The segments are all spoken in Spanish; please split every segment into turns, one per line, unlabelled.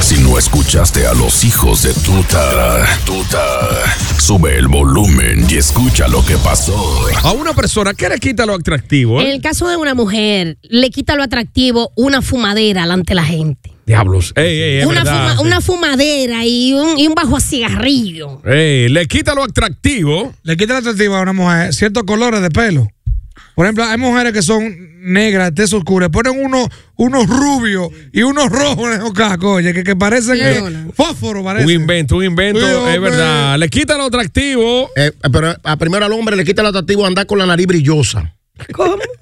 Si no escuchaste a los hijos de tuta, tuta, sube el volumen y escucha lo que pasó.
A una persona, ¿qué le quita lo atractivo?
En
eh?
el caso de una mujer, le quita lo atractivo una fumadera delante de la gente.
Diablos. Ey, ey, es
Una,
verdad,
fuma-
Ah, sí.
una fumadera y un, y un bajo a cigarrillo.
Ey, le quita lo atractivo.
Le quita la atractiva a una mujer ciertos colores de pelo. Por ejemplo, hay mujeres que son negras, tez oscura, ponen unos unos rubios y unos rojos en esos cascos, oye, que, que parecen eh,
Leona.
fósforo, parece.
Un invento, un invento.
Sí, hombre.
es verdad. Le quita lo atractivo.
Eh, pero a primero al hombre le quita el atractivo andar con la nariz brillosa.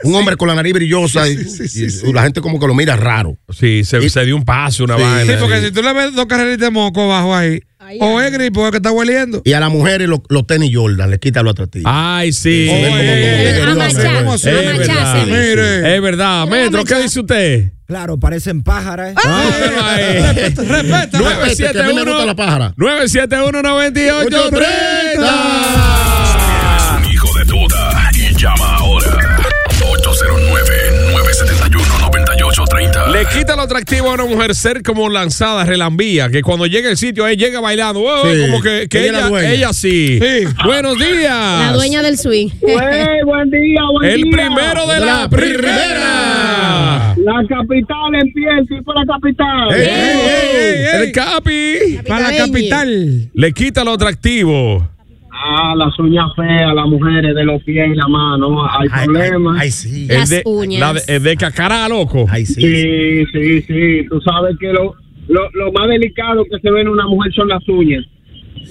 Un hombre con la nariz brillosa y, y la gente como que lo mira raro.
Sí, se,
Y-
se dio un paso, una
Sí.
vaina.
Sí, porque
y-
si tú le ves dos carreritas de moco abajo ahí,
Ahí,
o es gripo, es que está hueliendo.
Y a las mujeres lo- los tenis Jordan le quita lo atractivo.
Ay, sí.
Sí,
Ey,
como-
ey, ey.
Eh,
A
no,
machar,
no,
a
Es verdad.
macharse.
Mire.
Es verdad. Metro, ¿qué dice usted?
Claro, parecen
¿eh?
pájaras.
Míralo ahí.
Respeta,
Respete, que a mí me gusta la
971
pájara.
971-9830.
Un hijo de tuta y llama ahora. 809-971-9830.
Le quita lo atractivo a una mujer ser como lanzada, relambía, que cuando llega el sitio, ahí llega bailando. Oh,
Sí,
Como que, que
ella es la
ella,
dueña.
ella sí.
Sí.
Buenos días.
La dueña del swing.
buen día, buen
El
día.
primero de la,
La
primera. Ah.
primera.
La capital empieza y fue la capital.
Ey,
ey, ey, ey.
El Capi
Para la
Capitaleñe.
capital.
le quita lo atractivo.
Ah, las uñas feas, las mujeres de los pies y la mano. Hay
Ay, ay,
problemas.
ay, sí.
Las
el de,
uñas.
la de- el de cacara, loco.
Ay, sí.
sí, sí, sí. Tú sabes que lo, lo, lo más delicado que se ve en una mujer son las uñas.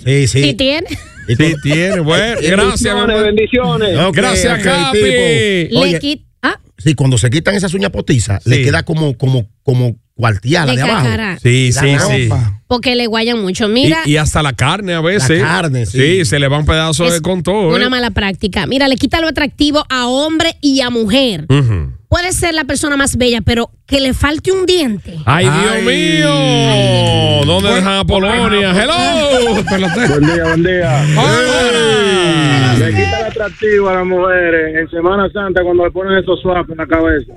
Sí,
¿Y
sí.
tiene?
Y
Sí,
con-
tiene, bueno. Gracias, mi
Bendiciones,
amor.
bendiciones.
Ok,
Gracias,
ok,
Capi.
tipo.
Le
Oye,
quita. Ah,
sí, cuando se quitan esas uñas potizas,
Sí.
le queda como, como, como cuarteada
le
de abajo.
cacará.
Sí,
La
sí, sí.
ropa.
Porque le guayan mucho.
Y,
Mira.
y hasta la carne a veces.
La carne, sí.
se le va un pedazo
es
de con todo.
Una
¿eh?
mala práctica. Mira, le quita lo atractivo a hombre y a mujer.
Ujú.
Puede ser la persona más bella, pero que le falte un diente.
Ay,
Ay.
Dios mío. ¿Dónde dejan a Polonia? Hello.
Pelotero.
día, buen día.
Hola.
Le quita el atractivo a las mujeres en Semana Santa cuando le ponen esos swaps en la cabeza.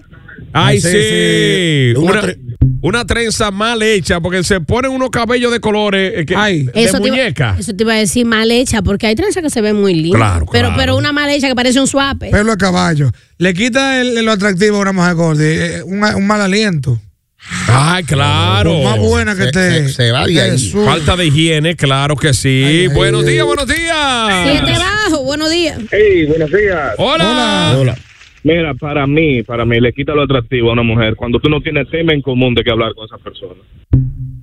Ay, sí.
Sí, sí.
Una,
Una
una,
tre-
trenza mal hecha porque se ponen unos cabellos de colores eh, que,
Ay.
de
te iba-
muñeca.
eso te iba a decir mal hecha, porque hay trenzas que se ven muy lindas.
Claro,
pero,
claro.
pero una mal hecha que parece un suape.
Pelo de caballo. Le quita el, lo atractivo a una mujer gorda. eh, Un, un mal aliento.
Ay, claro.
Por más buena que
Se-
esté.
se- se va de
que
ahí.
su-
Falta de higiene, claro que sí. buenos días, buenos días.
Siete bajo, buenos días.
Hey, buenos días.
Hola.
Hola.
Mira, para mí, para mí, le quita lo atractivo a una mujer cuando tú no tienes tema en común de que hablar con esa persona.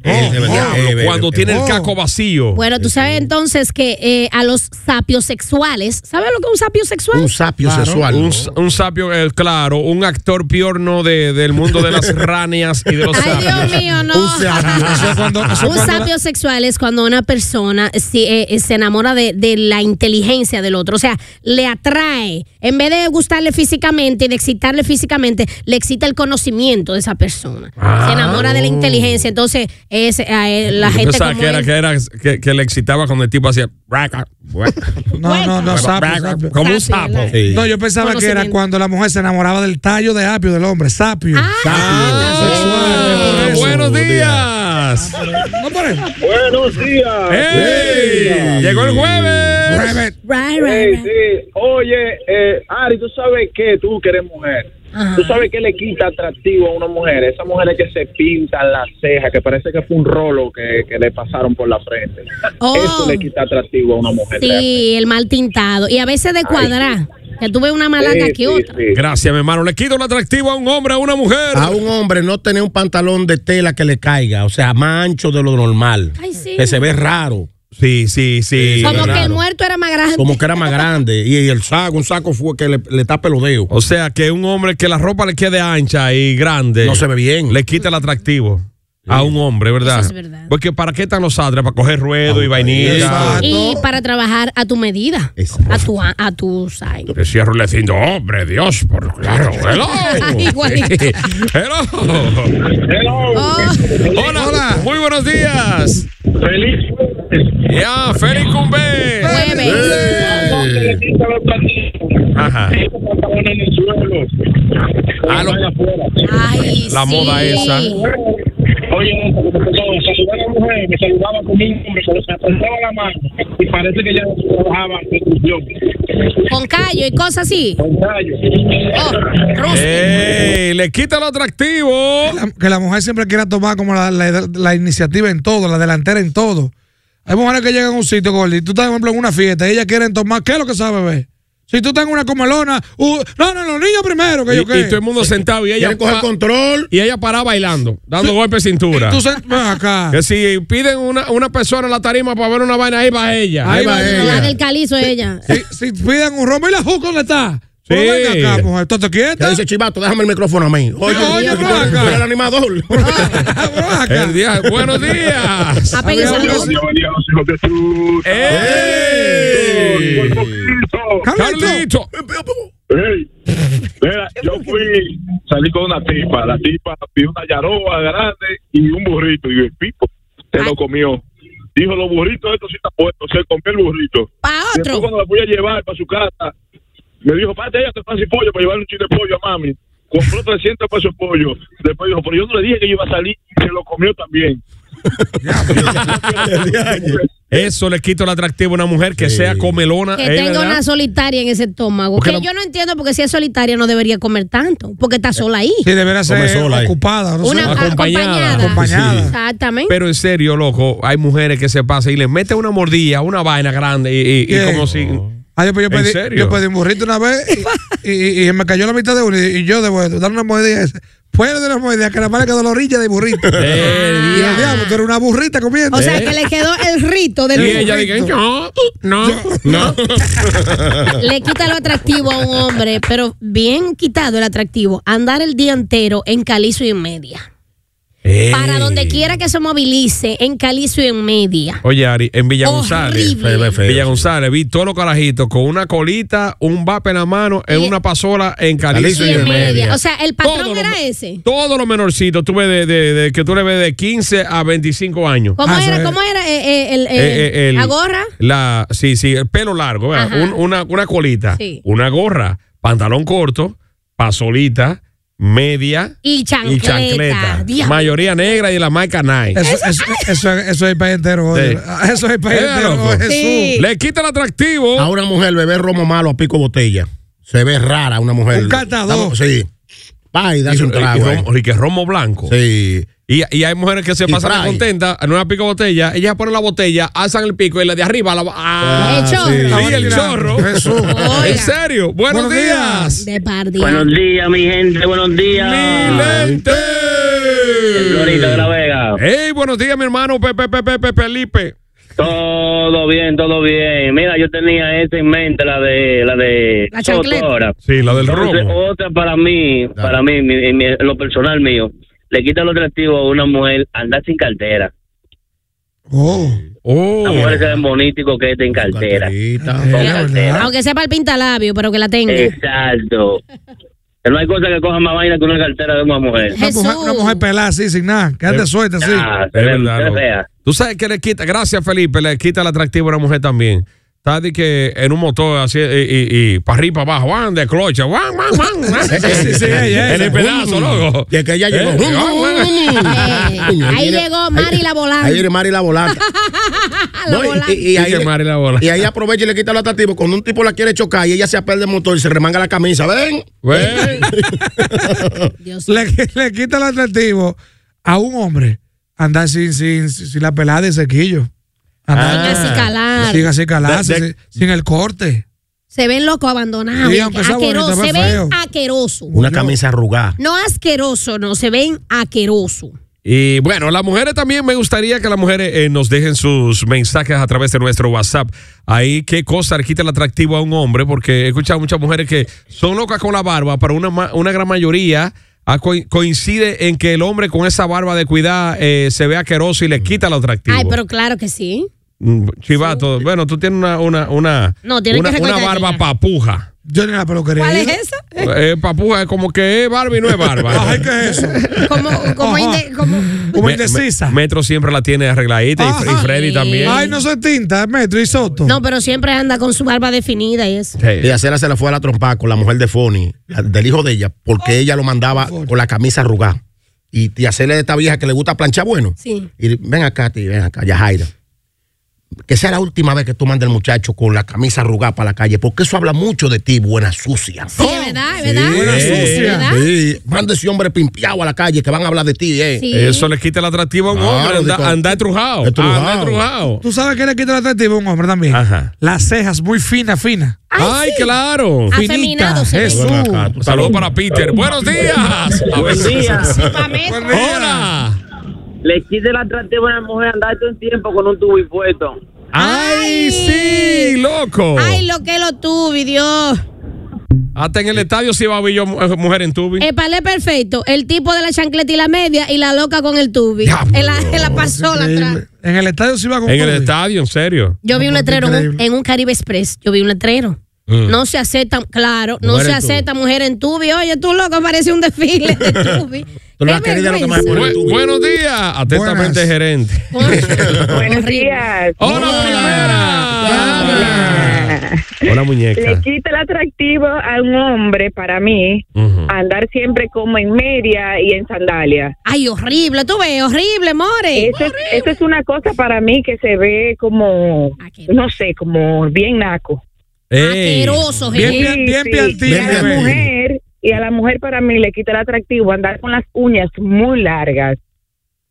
Eh, de verdad, eh,
Diablo,
eh,
Cuando
eh,
tiene el
oh.
caco vacío.
Bueno, tú sabes entonces que eh, a los sapiosexuales, ¿sabes lo que es un sapiosexual?
Un sapio sexual.
Un, un sapio, eh, claro, un actor piorno de- del mundo de las ranias y de los
Ay, Dios
sapios.
mío, no.
Un sapio.
Eso cuando-
Ah,
eso
Un
cuando la-
sapio sexual es cuando una persona si, eh, eh, se enamora de, de la inteligencia del otro, o sea, le atrae, en vez de gustarle físicamente y de excitarle físicamente, le excita el conocimiento de esa persona. se enamora de la inteligencia, entonces es, eh, eh, la
Yo
gente
pensaba
como
que era,
él-
que, era que, que le excitaba cuando el tipo hacía braca, braca,
No, no, no, sapio, sapio.
como un
Sapio,
sapo.
la-
Sí.
No, yo pensaba que era
Conocimiento.
cuando la mujer se enamoraba del tallo de apio del hombre. Sapio.
Ah,
Sexual, por eso.
buenos días.
No por eso.
Buenos días.
¡Ey! Llegó el jueves.
Right, right,
Ey,
right.
sí. Oye, eh, Ari, tú sabes que tú que eres mujer.
Ajá.
¿Tú sabes qué le quita atractivo a una mujer? Esas mujeres que se pintan las cejas, que parece que fue un rolo que, que le pasaron por la frente.
Oh.
Eso le quita atractivo a una mujer.
Sí, el mal tintado. Y a veces de cuadrar. Que tú ves una más larga
Sí, sí,
que otra.
sí.
Gracias, mi hermano. Le quito el atractivo a un hombre, a una mujer.
A un hombre no tener un pantalón de tela que le caiga, o sea, más ancho de lo normal.
Ay, sí.
Que se ve raro.
Sí, sí, sí.
Como
claro.
que el muerto era más grande.
Como que era más grande. Y, el saco, un saco fue que le, le tapa los dedos.
O sea, que un hombre que la ropa le quede ancha y grande.
No se ve bien.
Le quita el atractivo a un hombre, ¿verdad?
Eso es verdad.
Porque ¿para qué están los atres? Para coger ruedo y vainilla.
Exacto.
Y para trabajar a tu medida.
Exacto.
A tu, a tu size.
Que cierro le diciendo, hombre, Dios, por claro. Hello.
Igualito.
Hello.
Hello.
Oh,
Hola, hola. Muy buenos días.
Feliz.
Ya, Félix Cumbé.
jueves.
Eh,
Ajá.
Ah, lo-
Ay,
La
sí.
moda esa.
Oye, saludaba a la mujer, me saludaba conmigo, me apretaba la mano y parece que ya trabajaba en construcción.
Con callo y cosas así. Oh, Rusty.
Ey, le quita el atractivo.
La- que la mujer siempre quiera tomar como la, la- la iniciativa en todo, la delantera en todo. Hay mujeres que llegan a un sitio, Gordy, y tú estás, por ejemplo, en una fiesta y ellas quieren tomar, ¿qué es lo que sabe beber? Si tú estás en una comelona, uh, no, no, los niños primero, que
Y,
yo qué.
y todo el mundo sentado y ella,
Quiere coger
pa-
control.
y ella parada bailando, dando golpes de cintura.
Tú sent- ven acá.
Que si piden una, una persona en la tarima para ver una vaina, ahí va ella.
Ahí va
La
ella.
del calizo ella.
Si, si piden un romo y la juca, ¿dónde está? Pero
Sí.
ven acá, mujer, ¿tú te
Que
quieta?
dice Chivato, déjame el micrófono a mí. Oye,
Oye,
tú eres-
ven acá.
tú eres el animador.
Ah, ven acá.
El día- buenos días.
Apéguese al otro.
¡Ey!
Carlito.
Carlito.
Ey, Mira, yo fui, salí con una tipa, la tipa pidió una yaroba grande y un burrito, y el pipo se lo comió. Dijo, los burritos estos sí están puestos, se comió el burrito.
Pa'
Después
otro.
cuando la fui a llevar para su casa, me dijo, pate, ella te pasa pollo para llevar un chile de pollo a mami. Compró 300 pesos de pollo. Después dijo, pero yo no le dije que yo iba a salir, y se lo comió también.
Eso le quito el atractivo a una mujer que sea comelona.
Que
¿eh,
tenga
verdad?
una solitaria en ese estómago.
Porque
Que
lo-
yo no entiendo porque si es solitaria no debería comer tanto. Porque está sola ahí.
Sí, debería
Come
ser
sola ahí.
ocupada. No sé.
Una
acompañada.
acompañada.
Acompañada.
Exactamente.
Pero en serio, loco, hay mujeres que se pasan y le meten una mordida, una vaina grande y, y- y
¿Qué?
como si.
Ah, yo, pues, yo
¿En
pedí,
serio?
yo pedí un burrito una vez y, y- y me cayó la mitad de uno. Y, y yo debo de dar una mordida. Puede dar una mordida, que la madre quedó la orilla de burrito.
Eh,
y el diablo, tú eres una burrita comiendo.
O sea que le quedó el rito
y
del
ella dice: No, no, no.
le quita lo atractivo a un hombre, pero bien quitado el atractivo, andar el día entero en calizo y en media.
Eh.
Para donde quiera que se movilice, en calizo y en media.
Oye, Ari, en Villa González.
Horrible. Feo,
feo,
Villa
sí.
González, vi todos los carajitos con una colita, un vape en la mano, en
Y-
una pasola en calizo
Calizo
y
y
en
en
media.
media.
O sea, el patrón
Todo lo-
era ese.
Todos los menorcitos, tú ves de, de- de- que tú le ves de 15 a 25 años.
¿Cómo
Ah,
era?
eso es.
¿Cómo era? Eh, eh, el,
Eh, eh, el-
la gorra.
La, sí, sí, el pelo largo, ¿verdad?
Ajá.
Un- una, una colita,
Sí.
una gorra, pantalón corto, pasolita, media
Y chancleta.
y chancleta.
Diablo.
Mayoría negra y la marca Nike.
eso, eso, eso, eso es el país entero. Ah, oye.
Sí.
Eso es el país
Eh, loco.
entero. Jesús.
Sí.
Le quita el atractivo.
A una mujer beber romo malo a pico botella. Se ve rara una mujer.
Un catador.
Estamos- Sí. Va y dase un
Y
trago. ahí.
romo- y que romo blanco.
Sí.
Y, y hay mujeres que se
Y
pasan
fry.
contentas en una pico botella, ellas ponen la botella, alzan el pico y la de arriba la
El
ah,
chorro.
sí,
La van
el
tirando.
chorro.
Jesús.
Oiga.
En serio, buenos,
Buenos
días.
De pardía.
Buenos días, mi gente, buenos días.
Milente.
Florita de la Vega.
Hey, buenos días, mi hermano Pepe Pepe Pepe Felipe.
Todo bien, todo bien. Mira, yo tenía esa en mente, la de la de
La chancleta.
Soto ahora.
Sí, la del
Entonces,
robo.
otra para mí, para mí, mi- en mi- en lo personal mío, le quita lo atractivo a una mujer andar sin cartera.
Oh.
Oh.
Las mujeres se ven bonitas y coquetas en cartera.
Carterita.
Eh,
Con
la
cartera.
verdad.
Aunque sepa el pintalabio, pero que la tenga.
Exacto. Pero no hay cosa que coja más vaina que una cartera de una mujer.
Una mujer, una mujer pelada así, sin nada. Que ande
Eh,
suelta así.
Ah,
Es
se ve-
verdad,
se ve
loco.
fea.
Tú sabes que le quita, gracias Felipe, le quita el atractivo a una mujer también. Está de que en un motor así y, y, para arriba, para abajo, ¡guan! de clocha, ¡guan, guan, guan!
Sí, sí, sí, ella,
en el
esa.
pedazo,
Mm.
loco.
Y es que ella
Eh,
llegó. Uh,
guan, guan.
Coño,
ahí
viene-
llegó Mari la volante.
Ahí viene Mari la volante. No, y- y, y
Y
ahí
que
le-
Mari la bola.
y ahí aprovecha y le quita el atractivo. Cuando un tipo la quiere chocar y ella se apela del motor y se remanga la camisa, ven.
Ven.
le, le quita el atractivo a un hombre andar sin, sin, sin la pelada de sequillo. Andar
Ah.
Sin acicalar.
Sin acicalarse,
De- de-
sin, sin el corte.
Se ven locos abandonados.
Sí, aunque sea bonito,
asqueroso. Se
está feo.
ven asquerosos.
Una camisa arrugada.
No asqueroso, no. Se ven asquerosos.
Y bueno, las mujeres también me gustaría que las mujeres eh, nos dejen sus mensajes a través de nuestro WhatsApp. Ahí qué cosa le quita el atractivo a un hombre, porque he escuchado muchas mujeres que son locas con la barba, pero una, ma- una gran mayoría ah, co- coincide en que el hombre con esa barba de cuidar eh, se ve asqueroso y le quita el atractivo.
Ay, pero claro que sí.
Mm, Chivato, bueno, tú tienes una, una, una,
No, tienes
una,
que
una
recordar
barba
ya.
papuja.
Yo ni la peluquería.
¿Cuál
he
es
ido.
esa?
Eh, papuja es como que es barba y no es barba.
Ay, ¿qué es eso?
Como, como,
Ajá.
inde- como-
Como
Me-
indecisa.
me- Metro siempre la tiene arregladita y, Fre- y
Ajá.
Freddy también.
Ay, no se tinta, es Metro y Soto.
No, pero siempre anda con su barba definida y eso.
Sí.
Y acera se la fue a la trompa con la mujer de Foni, la- del hijo de ella, porque ella lo mandaba con la camisa arrugada. Y, y hacerle a esta vieja que le gusta planchar bueno.
Sí.
Y ven acá, ti, ven acá, Yajaira. Que sea la última vez que tú mandes al muchacho con la camisa arrugada para la calle, porque eso habla mucho de ti, buena sucia.
Sí,
Oh,
es ¿verdad? es ¿Verdad?
buena
Sí,
sucia.
¿verdad?
Sí, manda ese hombre pimpiado a la calle que van a hablar de ti, eh.
Sí.
Eso le quita el atractivo a un
Claro,
hombre.
Ah, digo,
Anda, anda estrujado.
estrujado.
Anda estrujado.
¿Tú sabes qué le quita el atractivo a un hombre también?
Ajá.
Las cejas muy finas, finas.
Ay, claro.
Afeminado se ve.
Jesús.
Ven acá, tú sabes.
Saludos para Peter. Buenos días. A
Buen
veces-
día.
Buen día.
Hola.
Le quita el atractivo a una mujer andarte un tiempo con un tubo impuesto.
Ay, sí, loco.
Ay, lo que lo tuve, Dios.
Hasta en el estadio sí va a ver yo mu- mujer en tubi.
El palé perfecto. El tipo de la chancleta y la media y la loca con el tubi.
Diablo.
En la, en la pasola atrás.
Increíble. En el estadio se iba con
En el
todo.
estadio, en serio.
Yo vi un letrero en un,
Increíble.
en un Caribe Express. Yo vi un letrero.
Mm.
No se acepta, claro, no
Mujer
se
en tubi.
acepta mujer en tubi. Oye, tú loco, parece un desfile de tubi.
Tú
Qué
la querida, lo que más Mujer
vergüenza.
en
Bu-
tubi.
buenos días. Atentamente,
Buenas.
gerente.
Buenos
Horrible.
días.
Oh,
Hola, primera. Hola,
Le
muñeca.
quita el atractivo a un hombre, para mí,
Ujú.
andar siempre como en media y en sandalia.
Ay, horrible, tú ves, horrible, more.
Eso es, eso es una cosa para mí que se ve como,
Aqueroso.
no sé, como bien naco.
Ey.
Asqueroso,
Bien,
gente.
bien, bien, piantino,
y a la
bebé.
mujer, y a la mujer para mí le quita el atractivo andar con las uñas muy largas.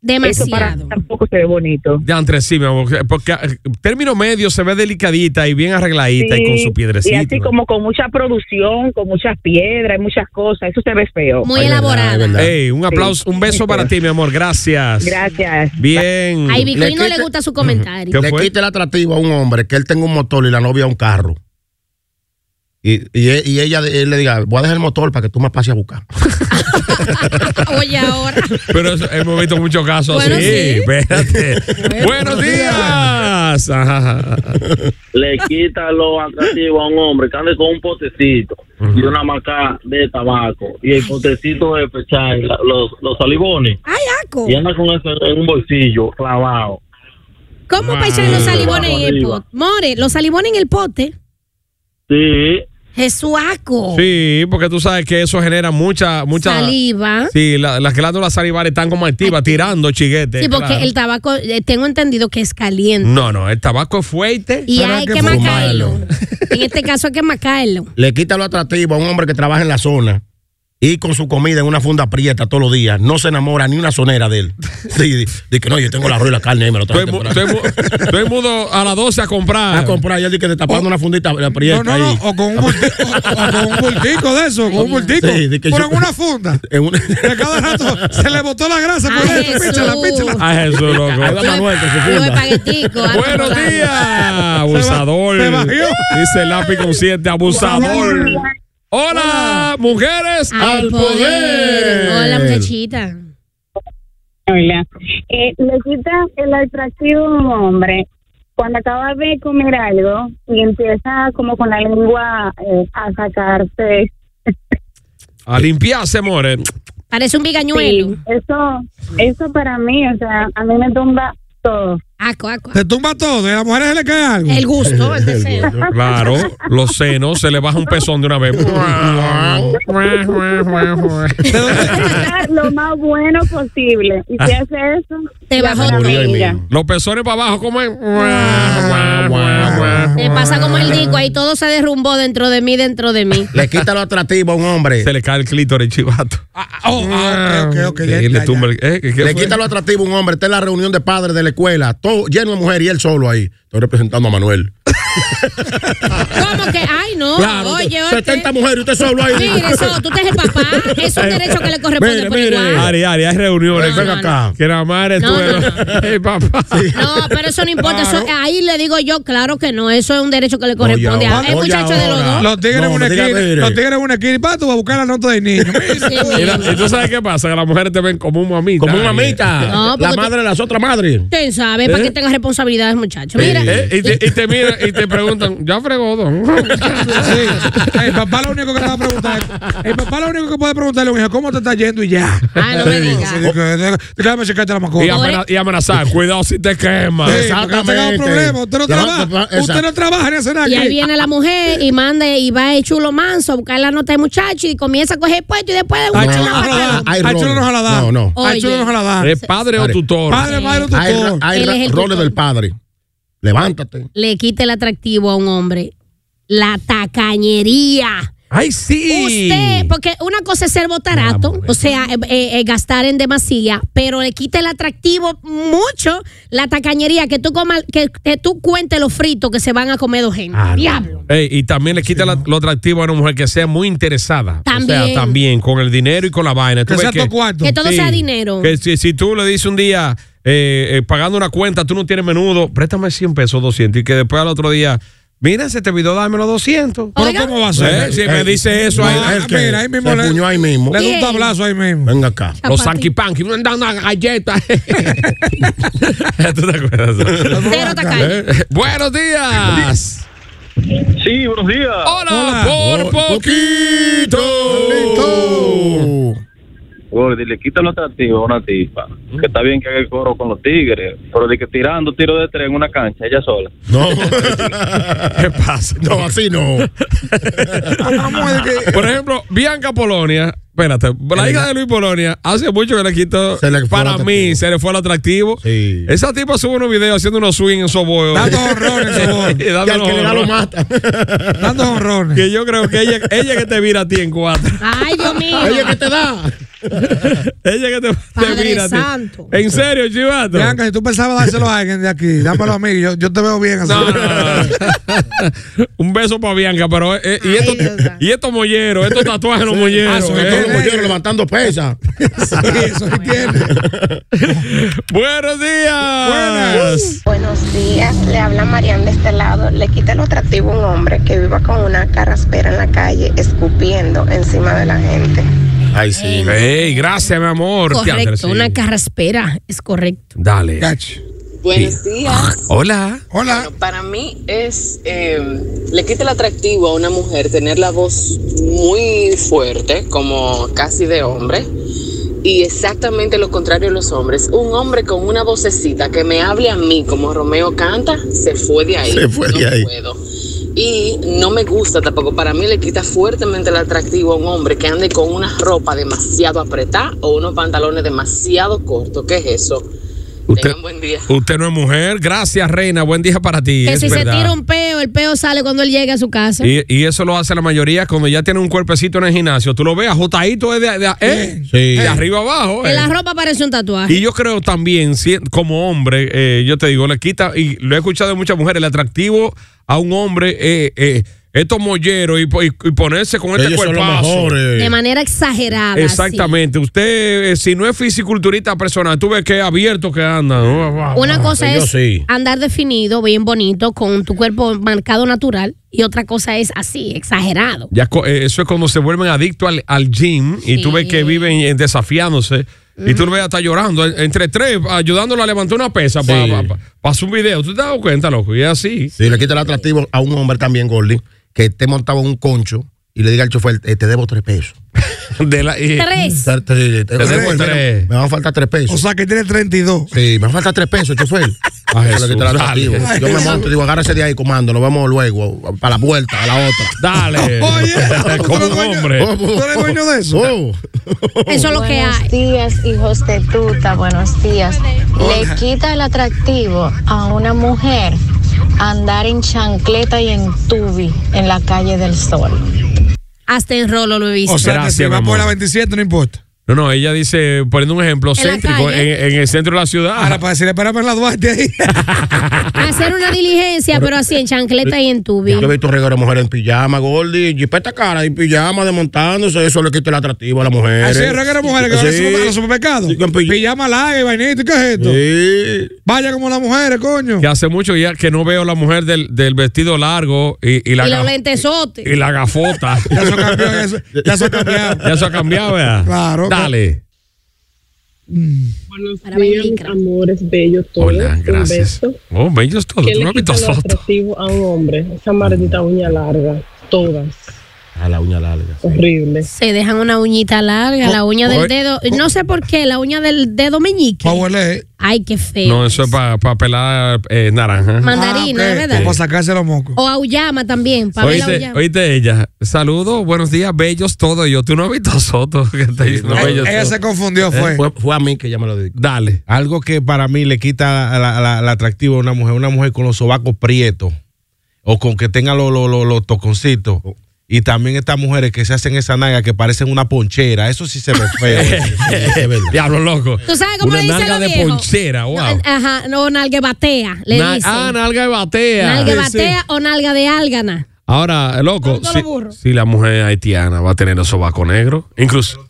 Eso para mí
Demasiado.
tampoco se ve bonito.
De entre sí, mi amor, porque eh, término medio se ve delicadita y bien arregladita y con
Sí,
su piedrecita.
y así como con mucha producción, con muchas piedras y muchas cosas. Eso se ve feo.
Muy
Ay, verdad,
elaborada.
es verdad.
Ey, un aplauso, un beso para ti, mi amor. Gracias.
Gracias.
Bien.
Ay, Vico,
Le
y no le
quita-
gusta su comentario.
Mm.
le
¿Qué fue?
quita el atractivo a un hombre que él tenga un motor y la novia un carro. Y, y, e- y ella él le diga, voy a dejar el motor para que tú me pases a buscar.
Oye, ahora.
Pero eso- hemos visto muchos casos
Bueno,
así.
sí.
Ah, Espérate. Buenos días. Ajá.
le quita lo atractivo a un hombre que ande con un potecito y una maca de tabaco y el potecito de pechar los, los salivones
Ay, Aco.
y anda con eso en un bolsillo clavado.
¿Cómo
Ah.
pechan los salivones en el
Arriba.
pote? More, los salivones en el pote.
Sí,
Jesús, Aco.
Sí, porque tú sabes que eso genera mucha, mucha.
Saliva.
Sí, la- las glándulas salivares están como activas, tirando chiguetes.
Sí, porque
claro.
el tabaco, eh, tengo entendido que es caliente.
No, no, el tabaco es fuerte.
Y
Pero
hay
hay que
que
fumarlo.
macarlo. En este caso hay que macarlo.
Le quita lo atractivo a un hombre que trabaja en la zona y con su comida en una funda prieta todos los días. No se enamora ni una sonera de él. Sí, di- di que no, yo tengo la arroz y la carne ahí me lo
Estoy,
traje.
mu-
temprano".
estoy mu- estoy mudo a las 12 a comprar.
a comprar y él di que tapando una fundita prieta
No, no, no.
ahí.
O con un, bulti- o- o con un bultico de eso, con un bultico.
Sí, de que
Pero
yo-
en una funda.
En una-
Que a cada rato se le botó la grasa por
Ay,
dentro.
Jesús.
Píchala, píchala.
Ay, Jesús, loco.
Ahí va Manuel con su
Los
funda.
espagueticos. algo
Buenos
por ahí.
días, Ah, abusador.
se bajó.
Dice el lápiz con siete, abusador. Hola, mujeres
Al poder. Hola, muchachita.
Hola. Eh, le quita el atractivo a un hombre cuando acaba de comer algo y empieza Ah, como con la lengua eh, a sacarse.
A limpiarse, more.
Parece un
Sí,
bigañuelo.
eso, eso para mí, o sea, a mí me tumba todo.
Aco, aco.
Te tumba todo y a las mujeres se le cae algo.
El gusto, el deseo.
Claro, los senos, se le baja un pezón de una vez.
¿De dónde?
Estar lo más bueno posible. Y
Ah.
si hace eso,
Te
ya
bajó
se la
todo.
pega.
Los pezones para abajo, ¿cómo es?
Me pasa como el disco, ahí todo se derrumbó dentro de mí, dentro de mí.
Le quita lo atractivo a un hombre.
Se le cae el clítoris, chivato.
Ah, oh, ah, ok, ok, ok. ya
Y le
está,
tumba
ya.
el- ¿eh? ¿Qué- qué
Le
fue?
quita lo atractivo a un hombre. Está en la reunión de padres de la escuela. Todo lleno de mujer y él solo ahí. Estoy representando a Manuel.
¿Cómo que? Ay, no.
Claro.
Oye, oye.
70 mujeres y usted solo ahí.
Mire, eso, tú te eres papá. Es un derecho que le corresponde
Mire,
por
mire.
igual.
Ari, Ari, hay reuniones.
No, no,
Ven acá. Que la madre
No,
tú
no,
eres- Ey, papá.
No, pero eso no importa. eso- ahí le digo yo, claro que no. Eso es un derecho que le corresponde a
ahora,
el
oye,
muchacho de los
ahora.
dos.
Los tigres
No,
en una
no diga
esquina.
tigre.
Los tigres en una esquina. Y pa, tú vas a buscar la nota del niño.
Y, la- y tú sabes qué pasa, que las mujeres te ven como un mamita.
Como una mamita.
No,
la
porque tú-
madre de las otras madres.
Usted sabe, para que tenga responsabilidades, muchacho. Mira,
Eh, Y, te, y te miran y te preguntan, ya fregó, don.
Sí. El papá lo único que le va a preguntar. El papá lo único que puede preguntarle a un hijo, ¿cómo te está yendo? Y ya.
Ah, no me digas.
Sí, que- de- Déjame checarte la
Y,
mascota.
amena- y amenazar, cuidado si te quema.
Sí, porque ha tenido
Exactamente.
problemas. Usted
La-
no trabaja.
la-
Usted no
exacto.
trabaja ni hace nada.
Y ahí
aquí.
viene la mujer y manda y va el chulo manso a buscar la nota del muchacho y comienza a coger puesto y después de una
Ay, chulo,
chapa-
Ah.
no se la da.
hay
Ay, chulo, no se la da.
No, no.
Ay, chulo,
Oye.
no se la da.
¿Es padre o
Padre.
tutor?
Padre, madre,
Hay, ra-
tutor.
hay
Él
ra-
es el
roles
tutor.
del padre. Levántate.
le quita el atractivo a un hombre. La tacañería.
¡Ay, sí!
Usted, porque una cosa es ser botarato, o sea, eh, eh, eh, gastar en demasía, pero le quita el atractivo mucho la tacañería, que tú comas, que, que tú cuentes los fritos que se van a comer dos gente.
Ah, no.
Diablo.
Ey, y también le quita la- lo atractivo a una mujer que sea muy interesada. O sea,
También.
también con el dinero y con la vaina. Tú
Que
ves
sea tu cuarto.
Que todo sea dinero.
Que si, si tú le dices un día, eh, eh, pagando una cuenta, tú no tienes menudo, préstame 100 pesos, 200, y que después al otro día, mira, se te olvidó dármelo 200.
Pero
Oiga.
¿cómo va a
Eh,
ser? eh,
Si me
Ey,
dice eso ahí.
no,
es que
mira, ahí mismo
se
le-
puñó ahí mismo.
Le da
Bien.
un tablazo ahí mismo.
Venga acá.
Los
Chapati.
sanquipanqui, me dan una galleta. ¿Tú te acuerdas?
Cero tacaño.
Eh, Buenos días.
Sí, buenos días.
Hola, por poquito.
Gordy, le quita lo atractivo a una tipa. Que está bien que haga el coro con los tigres, pero de que tirando tiro de tres en una cancha, ella sola.
No.
¿Qué pasa?
no, así no.
Por ejemplo, Bianca Polonia, espérate, la hija de Luis Polonia, hace mucho que le quitó,
Se le fue
para
el
mí,
atractivo.
se le fue el atractivo.
Sí.
Esa tipa sube unos videos haciendo unos swing en su abuelo.
Dando horrores, en su
Y
voz.
dando
Y al que le da lo
horror.
mata.
Dando honrones.
Que yo creo que ella, ella que te vira a ti en cuatro.
Ay, Dios mío.
Oye, ¿qué te da?
Ella que te, te
Padre
vira a ti.
santo.
En serio, chivato.
Bianca, si tú pensabas dárselo a alguien de aquí, dámelo a mí. Yo, yo te veo bien así.
No, no, no, no. Un beso para Bianca, pero eh, eh, y estos
Dios santo.
y estos molleros, estos tatuajes no
Ah,
molleros.
sobre
eh.
todo los mujeres levantando pesas.
Sí, eso sí tiene.
Buenos días.
Buenas.
Buenos días, le habla Marian de este lado. Le quita lo atractivo a un hombre que viva con una carraspera en la calle, escupiendo encima de la gente.
Ay, sí.
Ey, gracias, mi amor. Teatro, sí.
Correcto, una carraspera, es correcto.
Dale.
Cacho.
Buenos
Ah,
días.
Hola.
Hola.
Para mí es, eh, le quita el atractivo a una mujer tener la voz muy fuerte, como casi de hombre, y exactamente lo contrario a los hombres. Un hombre con una vocecita que me hable a mí como Romeo canta, se fue de ahí.
Se fue de
No
ahí.
puedo. Y no me gusta tampoco. Para mí le quita fuertemente el atractivo a un hombre que ande con una ropa demasiado apretada o unos pantalones demasiado cortos. ¿Qué es eso?
Usted-
Tengan buen día.
Usted no es mujer. Gracias, reina. Buen día para ti.
Que
es
si
verdad.
se tira un peo, el peo sale cuando él llegue a su casa.
y, y eso lo hace la mayoría cuando ya tiene un cuerpecito en el gimnasio. Tú lo ves, ajustadito es de, de- eh,
Sí.
de arriba abajo.
en
eh.
la ropa parece un tatuaje.
Y yo creo también, si- como hombre, eh, yo te digo, le quita, y lo he escuchado de muchas mujeres, el atractivo a un hombre, eh, eh, estos molleros y, po- y- y ponerse con este
Ellos son los
cuerpazo.
mejores.
de manera exagerada. sí.
Exactamente. Usted, eh, si no es fisiculturista personal, tú ves que abierto que anda. ¿no?
Una cosa
sí, yo
es
sí.
andar definido, bien bonito, con tu cuerpo marcado natural, y otra cosa es así, exagerado.
Ya co- eh, eso es cuando se vuelven adictos al, al gym y tú ves que viven eh, desafiándose. Y tú lo ves hasta llorando, eh, entre tres, ayudándolo a levantar una pesa para
Sí.
un video. ¿Tú te das cuenta, loco? Y es así.
Sí, le quita el atractivo a un hombre también, Gordy, que esté montado en un concho y le diga al chofer, eh, te debo tres pesos.
De la- y-
Tres.
Te- te- te-
debo
mira,
tres.
Me van a faltar tres
O
pesos.
sea, que tiene 32.
Sí, me van a faltar tres pesos, chofer. Eso
A
le
Ah, Jesús,
quita el atractivo.
dale.
Yo me monto y digo, agárrese de ahí, comando, nos vemos luego, para la puerta, a la otra.
Dale.
Oye,
Como un hombre.
¿Tú eres dueño de eso?
Eso es lo que
Buenos días, hijos de tuta, buenos días. Le quita el atractivo a una mujer andar en chancleta y en tubi en la calle del sol.
Hasta en rolo lo he visto.
O sea, Gracias,
Si
mi
va
amor.
por la 27, no importa.
No, no, ella dice, poniendo un ejemplo
En la
céntrico, en,
calle.
en el centro de la ciudad.
Ahora, para decirle, para ver la Duarte ahí.
Hacer una diligencia, pero así en chancleta y en tubi.
Yo he visto reguero de mujeres en pijama, Gordy, y para esta cara, en pijama, desmontándose, eso le quita el atractivo a las mujeres.
Así es, reguero mujeres que van a los super- a los supermercados. Pijama larga y vainita, ¿y ¿qué es esto? Vaya como las mujeres, coño.
Que hace mucho ya que no veo la mujer del, del vestido largo y, y la,
y los
ga-
lentesotes.
y la gafota. ya eso cambió,
ya eso ha cambiado.
Ya eso ha cambiado, ¿verdad?
Claro.
Dale.
Buenos días, mis amores bellos todos.
Hola, gracias.
Un beso.
Oh, bellos todos.
¿Qué
Tú no
le
has visto
quita lo
fotos.
atractivo a un hombre? Esa maldita uña larga. Todas.
A la uña larga.
Horrible.
Se dejan una uñita larga, la uña
oh,
del dedo. No sé por qué, la uña del dedo meñique. Ay, qué feo.
No, eso es para pelar eh, naranja.
Mandarina,
Ah, ok.
¿verdad?
Sí.
Para sacarse los mocos.
O auyama también,
Ah,
para ver la
Oíste,
auyama.
oíste ella. Saludos, buenos días, bellos todos. Y Yo, tú no has visto a Soto. Que está diciendo bellos
Ella
todos?
se confundió,
Eh,
fue.
Fue, fue a mí que ella me lo dijo.
Dale.
Algo que para mí le quita la- la- la- el atractivo a una mujer, una mujer con los sobacos prietos o con que tenga los los- los- los toconcitos. Y también estas mujeres que se hacen esa naga que parecen una ponchera, eso sí se ve feo.
Diablo loco.
¿Tú sabes cómo
Una
le dicen
nalga
los
de
viejos?
ponchera, wow.
No, ajá, no, nalga batea, le
Na-
dicen.
ah, nalga de batea.
Nalga
Sí, sí.
batea o nalga de álgana.
Ahora, eh, loco,
Todos
si,
los burros.
si la mujer haitiana va a tener el sobaco negro, incluso.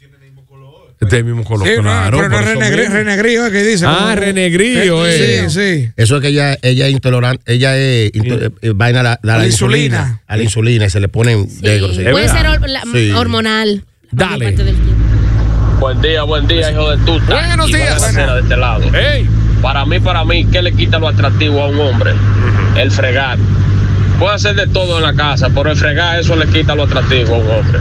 Es del mismo color,
Sí, no,
claro.
pero no
por
es
eso
renegri-
mismo.
renegrío, es que ¿eh? dice.
Ah, renegrío, eh.
Sí, sí.
Eso es que ella, ella es intolerante, ella es into- eh, vaina a la, la-
A
la
la
insulina.
insulina.
A la insulina y se le ponen negros. sí.
Puede ser hor- la-
Sí.
hormonal.
Dale.
Buen día, buen día, hijo de tuta.
Buenos
Y
días.
Valera Cera de este lado. Para mí, para mí, ¿qué le quita lo atractivo a un hombre? El fregar. Puede hacer de todo en la casa, pero el fregar, eso le quita lo atractivo a un hombre.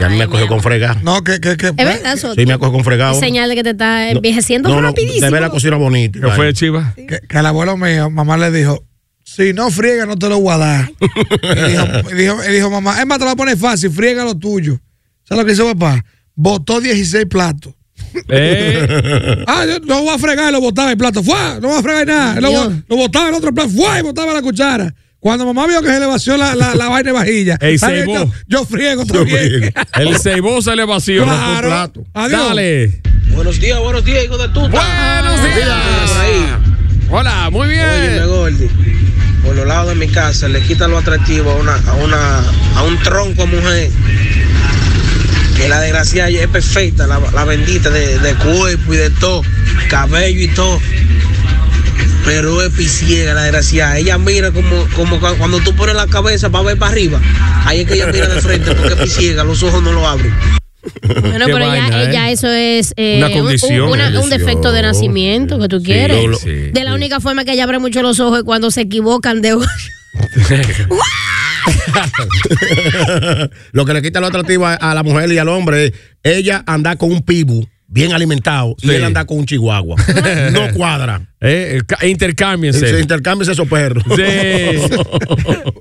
Y a mí me cogió con fregado.
No, que, que, que.
Es verdad, Soto.
Ah. Sí, me cogió con fregado.
Es señal de que te está envejeciendo
No, no,
rapidísimo.
te ve la cocina bonita.
¿Qué fue, Chiva?
Que, que al abuelo mío, mamá le dijo, si no friega, no te lo voy a dar. y dijo, y dijo, y dijo mamá, es más, te lo voy a poner fácil, friega lo tuyo. ¿Sabes lo que hizo papá? Botó 16 platos.
Eh.
ah, yo no voy a fregar, y lo botaba el plato. ¡Fua! No voy a fregar nada. Lo, bo- lo botaba el otro plato. ¡Fua! Y botaba la cuchara. Cuando mamá vio que se le vació la, la, la vaina de vajilla.
Ey,
¿sabes?
ceibó.
yo, yo friego también.
El ceibó se le vació.
Claro.
Plato.
Adiós.
Dale.
Buenos días, buenos días, hijo de tuta.
Buenos días. Hola, muy bien.
Oye, Gordy. Por los lados de mi casa le quita lo atractivo a una, a una, a un tronco mujer. Que la desgracia es perfecta, la, la bendita de, de cuerpo y de todo, cabello y todo. Pero es pisiega la desgracia. Ella mira como, como cu- cuando tú pones la cabeza para ver para arriba. Ahí es que ella mira de frente porque es pisiega, los ojos no lo abren.
Bueno,
Qué
pero ya,
vaina, ¿eh?
ya eso es eh,
Una
un-
condición.
un, una- un
Condición.
defecto de nacimiento que tú quieres.
lo- lo-
de la única forma que ella abre mucho los ojos es cuando se equivocan de
lo que le quita lo atractivo a, a la mujer y al hombre es ella anda con un pibu bien alimentado y
Sí.
él anda con un chihuahua. no cuadra.
Eh, eh, ca- intercámbiense.
Se intercambian esos perros.
Sí.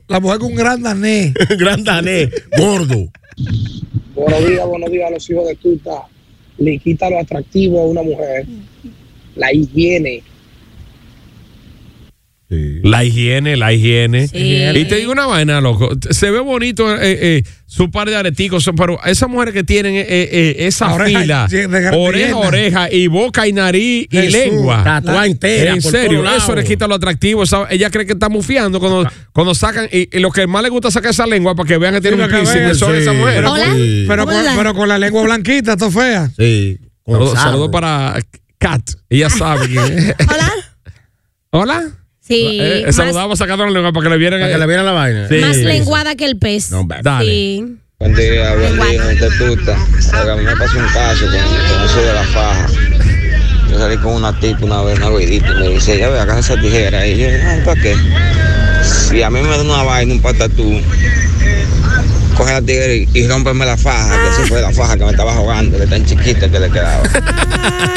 La mujer con un gran dané.
gran dané, gordo.
Buenos días, buenos días a los hijos de tuta. Le quita lo atractivo a una mujer. La higiene.
La higiene, la higiene.
Sí.
Y te digo una vaina, loco. Se ve bonito eh, eh, su par de areticos, pero esas mujeres que tienen eh, eh, esa
Oreja
fila,
llena de gar-
oreja,
llena.
oreja, y boca y nariz y
Jesús,
lengua.
tatuada entera,
En
por
serio,
todos lados.
eso le quita lo atractivo. esa- ella cree que está mufiando cuando,
Ah.
cuando sacan. Y, y lo que más le gusta es sacar esa lengua para que vean que tiene un piercing. Eso es esa mujer.
Pero, con, pero, con, pero con la lengua blanquita, todo fea.
Sí.
Saludos
sabe.
saludo para Kat. Ella sabe quién es.
Hola.
Hola.
Sí,
Eh,
más-
saludamos sacando la lengua para que le vieran,
Para que le vieran la vaina.
Sí.
más lenguada que el pez.
No, hombre. Dale.
Sí.
Buen día, buen día, gente tuta. Oiga, a mí me pasó un caso con, con eso de la faja. Yo salí con una tipa una vez, una güidita, y me dice, ya ve, acá esa tijera. Y yo, "Ah, ay, ¿para qué? Si a mí me da una vaina, un patatú, coge la tigre y, y rómpeme la faja, que eso fue la faja que me estaba jugando, que tan chiquita que le quedaba.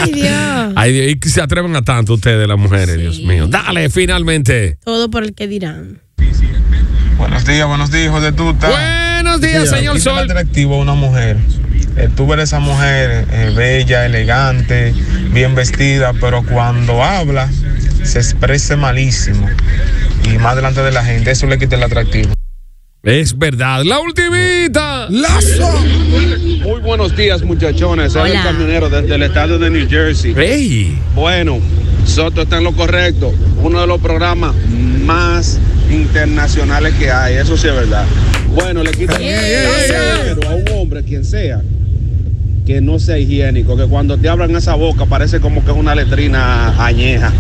Ay, Dios.
Ay, Dios, y se atreven a tanto ustedes, las mujeres, Dios mío. Dale, finalmente.
Todo por el que dirán.
Buenos días, buenos días, hijos de tuta.
Buenos
días, señor Sol.
atractivo a una mujer. Eh, tú ver esa mujer eh, bella, elegante, bien vestida, pero cuando habla se expresa malísimo. Y más delante de la gente, eso le quita el atractivo.
Es verdad. La ultimita.
Lazo.
Muy buenos días, muchachones. Soy el camionero desde el estado de New Jersey. Bueno, Soto está en lo correcto. Uno de los programas más internacionales que hay. Eso sí es verdad. Bueno, le quita dinero a un hombre, quien sea, que no sea higiénico, que cuando te abran esa boca parece como que es una letrina añeja.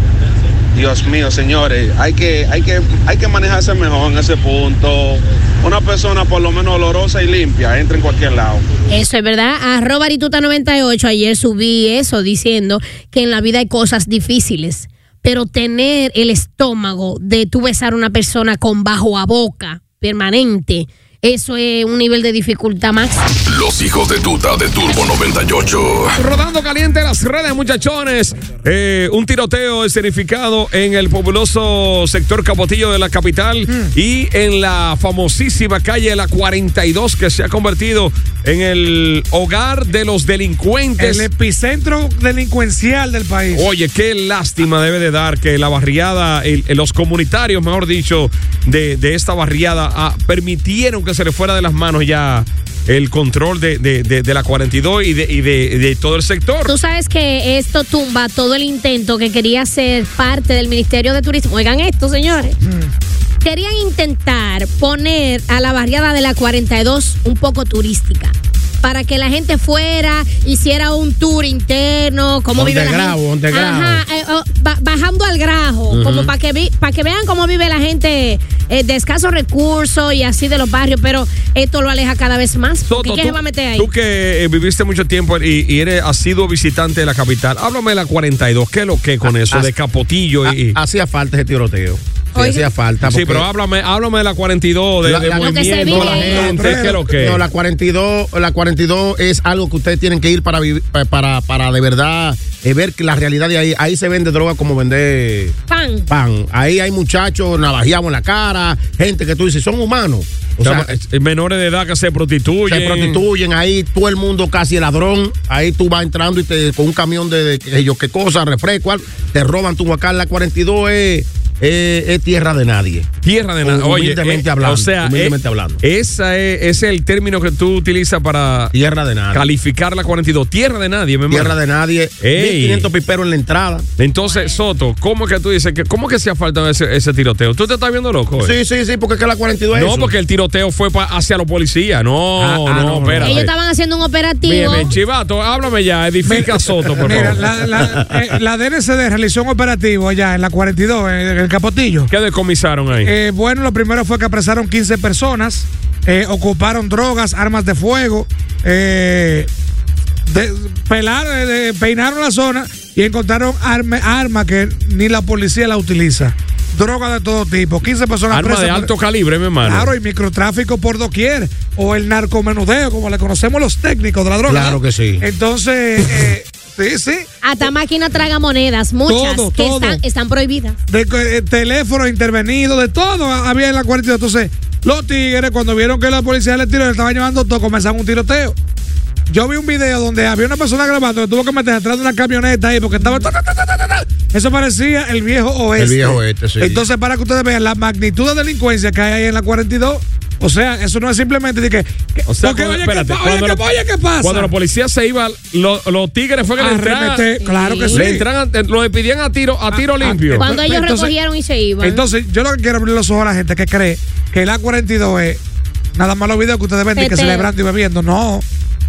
Dios mío, señores, hay que, hay que, hay que manejarse mejor en ese punto. Una persona por lo menos olorosa y limpia entra en cualquier lado.
Eso es verdad. Arroba Arituta98. Ayer subí eso diciendo que en la vida hay cosas difíciles. Pero tener el estómago de tú besar a una persona con bajo a boca permanente, eso es un nivel de dificultad máximo.
Los hijos de tuta de Turbo 98.
Rodando caliente las redes, muchachones. Eh, un tiroteo escenificado en el populoso sector Capotillo de la capital y en la famosísima calle La 42 que se ha convertido en el hogar de los delincuentes.
El epicentro delincuencial del país.
Oye, qué lástima debe de dar que la barriada, el- los comunitarios, mejor dicho, de, de esta barriada ah, permitieron que se le fuera de las manos ya el control de, de- de- de la 42 y de, y de- de todo el sector.
Tú sabes que esto tumba todo el intento que quería ser parte del Ministerio de Turismo. Oigan esto, señores.
Mm.
Querían intentar poner a la barriada de la 42 un poco turística. Para que la gente fuera, hiciera un tour interno, cómo vive
Underground,
la gente.
underground.
Ajá, eh, oh, ba- bajando al grajo,
Ujú.
como para que, vi- pa' que vean cómo vive la gente eh, de escasos recursos y así de los barrios, pero esto lo aleja cada vez más. porque
Toto,
¿Qué
tú-
se va a meter ahí?
Tú que eh, viviste mucho tiempo y, y eres asiduo visitante de la capital, háblame de la 42, ¿qué es lo que con eso?
Ah, ha-
de Capotillo y...
Hacía falta ese tiroteo. Sí,
Oiga.
hacía falta.
Sí,
porque-
pero háblame, háblame de la 42, de,
La-
de
la-
movimiento,
no,
la
la
gente, ¿qué es lo que?
No, la 42, la 42 es algo que ustedes tienen que ir para vivir- pa- para, para de verdad eh, ver que la realidad de ahí. Ahí se vende droga como vender
pan.
pan. Ahí hay muchachos navajeados en la cara, gente que tú dices, son humanos. O sea,
Estamos- eh, menores de edad que se prostituyen.
se prostituyen, ahí todo el mundo casi es ladrón, ahí tú vas entrando y te, con un camión de, de qué sé yo qué cosa, refresco, al- te roban tu guacal, la 42 es, es- es tierra de nadie.
Tierra de nada. Oye,
Humildemente
eh,
hablando,
O sea,
humildemente
eh,
hablando.
Esa es, ese es el término que tú utilizas para
tierra de nadie.
calificar la 42. Tierra de nadie, mi hermano.
Tierra de nadie.
Ey.
1500 piperos en la entrada.
Entonces, Soto, ¿cómo que tú dices que cómo que se ha faltado ese, ese tiroteo? ¿Tú te estás viendo loco? eh?
Sí, sí, sí, porque es que la 42 es
No,
eso.
porque el tiroteo fue pa- hacia los policías. No,
Ah, ah,
no,
no, no.
espérate.
Ellos estaban haciendo un operativo.
Mira, chivato, háblame ya, edifica a Soto, por
Mira,
favor.
la, la- eh, la DNCD realizó un operativo allá en la 42, en el Capotillo.
¿Qué decomisaron ahí?
Eh, bueno, lo primero fue que apresaron 15 personas, eh, ocuparon drogas, armas de fuego, eh, de- pelaron, eh, de- peinaron la zona y encontraron arme- armas que ni la policía la utiliza. Drogas de todo tipo, 15 personas
Arma
presas
de
por-
alto calibre, mi hermano.
Claro, y microtráfico por doquier, o el narcomenudeo, como le conocemos los técnicos de la droga.
Claro que sí.
Entonces, eh, sí, sí.
Hasta máquinas tragamonedas, muchas
Todo,
que
todo.
Están, están prohibidas.
de co- eh, teléfonos intervenidos, de todo había en la 42. Entonces, los tigres, cuando vieron que la policía les tiró, le estaban llevando todo, comenzaron un tiroteo. Yo vi un video donde había una persona grabando que tuvo que meterse atrás de una camioneta ahí porque estaba. ta, ta, ta, ta, ta, ta. Eso parecía el viejo oeste.
El viejo oeste, sí.
Entonces, para que ustedes vean la magnitud de delincuencia que hay ahí en la 42. O sea, eso no es simplemente de que. que-
O sea,
porque,
cuando-
oye, ¿qué
espérate,
pa-
cuando
oye,
lo-
¿qué oye, ¿qué pasa?
Cuando la policía se iba, lo- los tigres fue que le entraban.
Arremete, claro que sí.
Le entran a- lo despidían a tiro, a tiro limpio.
Cuando ellos
entonces-
recogieron y se iban.
Entonces, yo lo que quiero abrir los ojos a la gente que cree que la 42 es nada más los videos que ustedes ven de que
Teteo.
celebrando y bebiendo. No.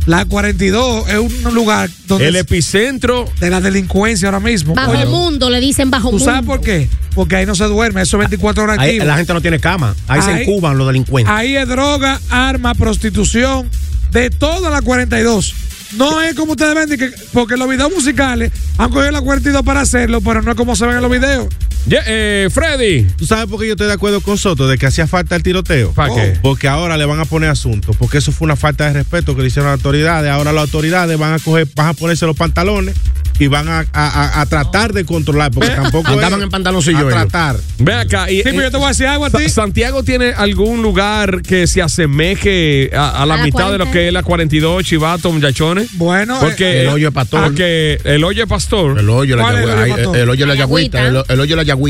La 42 es un lugar donde.
El epicentro.
De la delincuencia ahora mismo.
bajo
Oye,
el mundo, le dicen bajo
¿Tú
mundo.
sabes por qué? Porque ahí no se duerme, eso es 24 horas
Ah, Ahí
activo.
la gente no tiene cama. Ahí, se
Ahí-
encuban los delincuentes.
Ahí es droga, arma, prostitución, de toda la 42. No es como ustedes ven, de que- porque los videos musicales han cogido la 42 para hacerlo, pero no es como se ven en los videos.
eh,
Freddy.
¿Tú sabes por qué yo estoy de acuerdo con Soto de que hacía falta el tiroteo? Oh.
¿Para qué?
Porque ahora le van a poner asunto, porque eso fue una falta de respeto que le hicieron a las autoridades. Ahora las autoridades van a coger, van a ponerse los pantalones y van a, a- a- a tratar de controlar, porque tampoco
Eh. Andaban
es
en pantaloncillo
A
ellos.
tratar.
Ve acá. Y, eh,
Sí, pero yo te voy a decir algo a
Sa-
ti.
Santiago tiene algún lugar que se asemeje a, a la,
A la
mitad de lo que es la 42, Chivato, muchachones.
Bueno,
eh,
porque
el hoyo de pastor.
Porque el hoyo de pastor.
El hoyo, la
¿Cuál es el
yagüe-
hoyo
ay,
pastor?
el hoyo de la yagüita. El el hoyo de la yagüita.
El,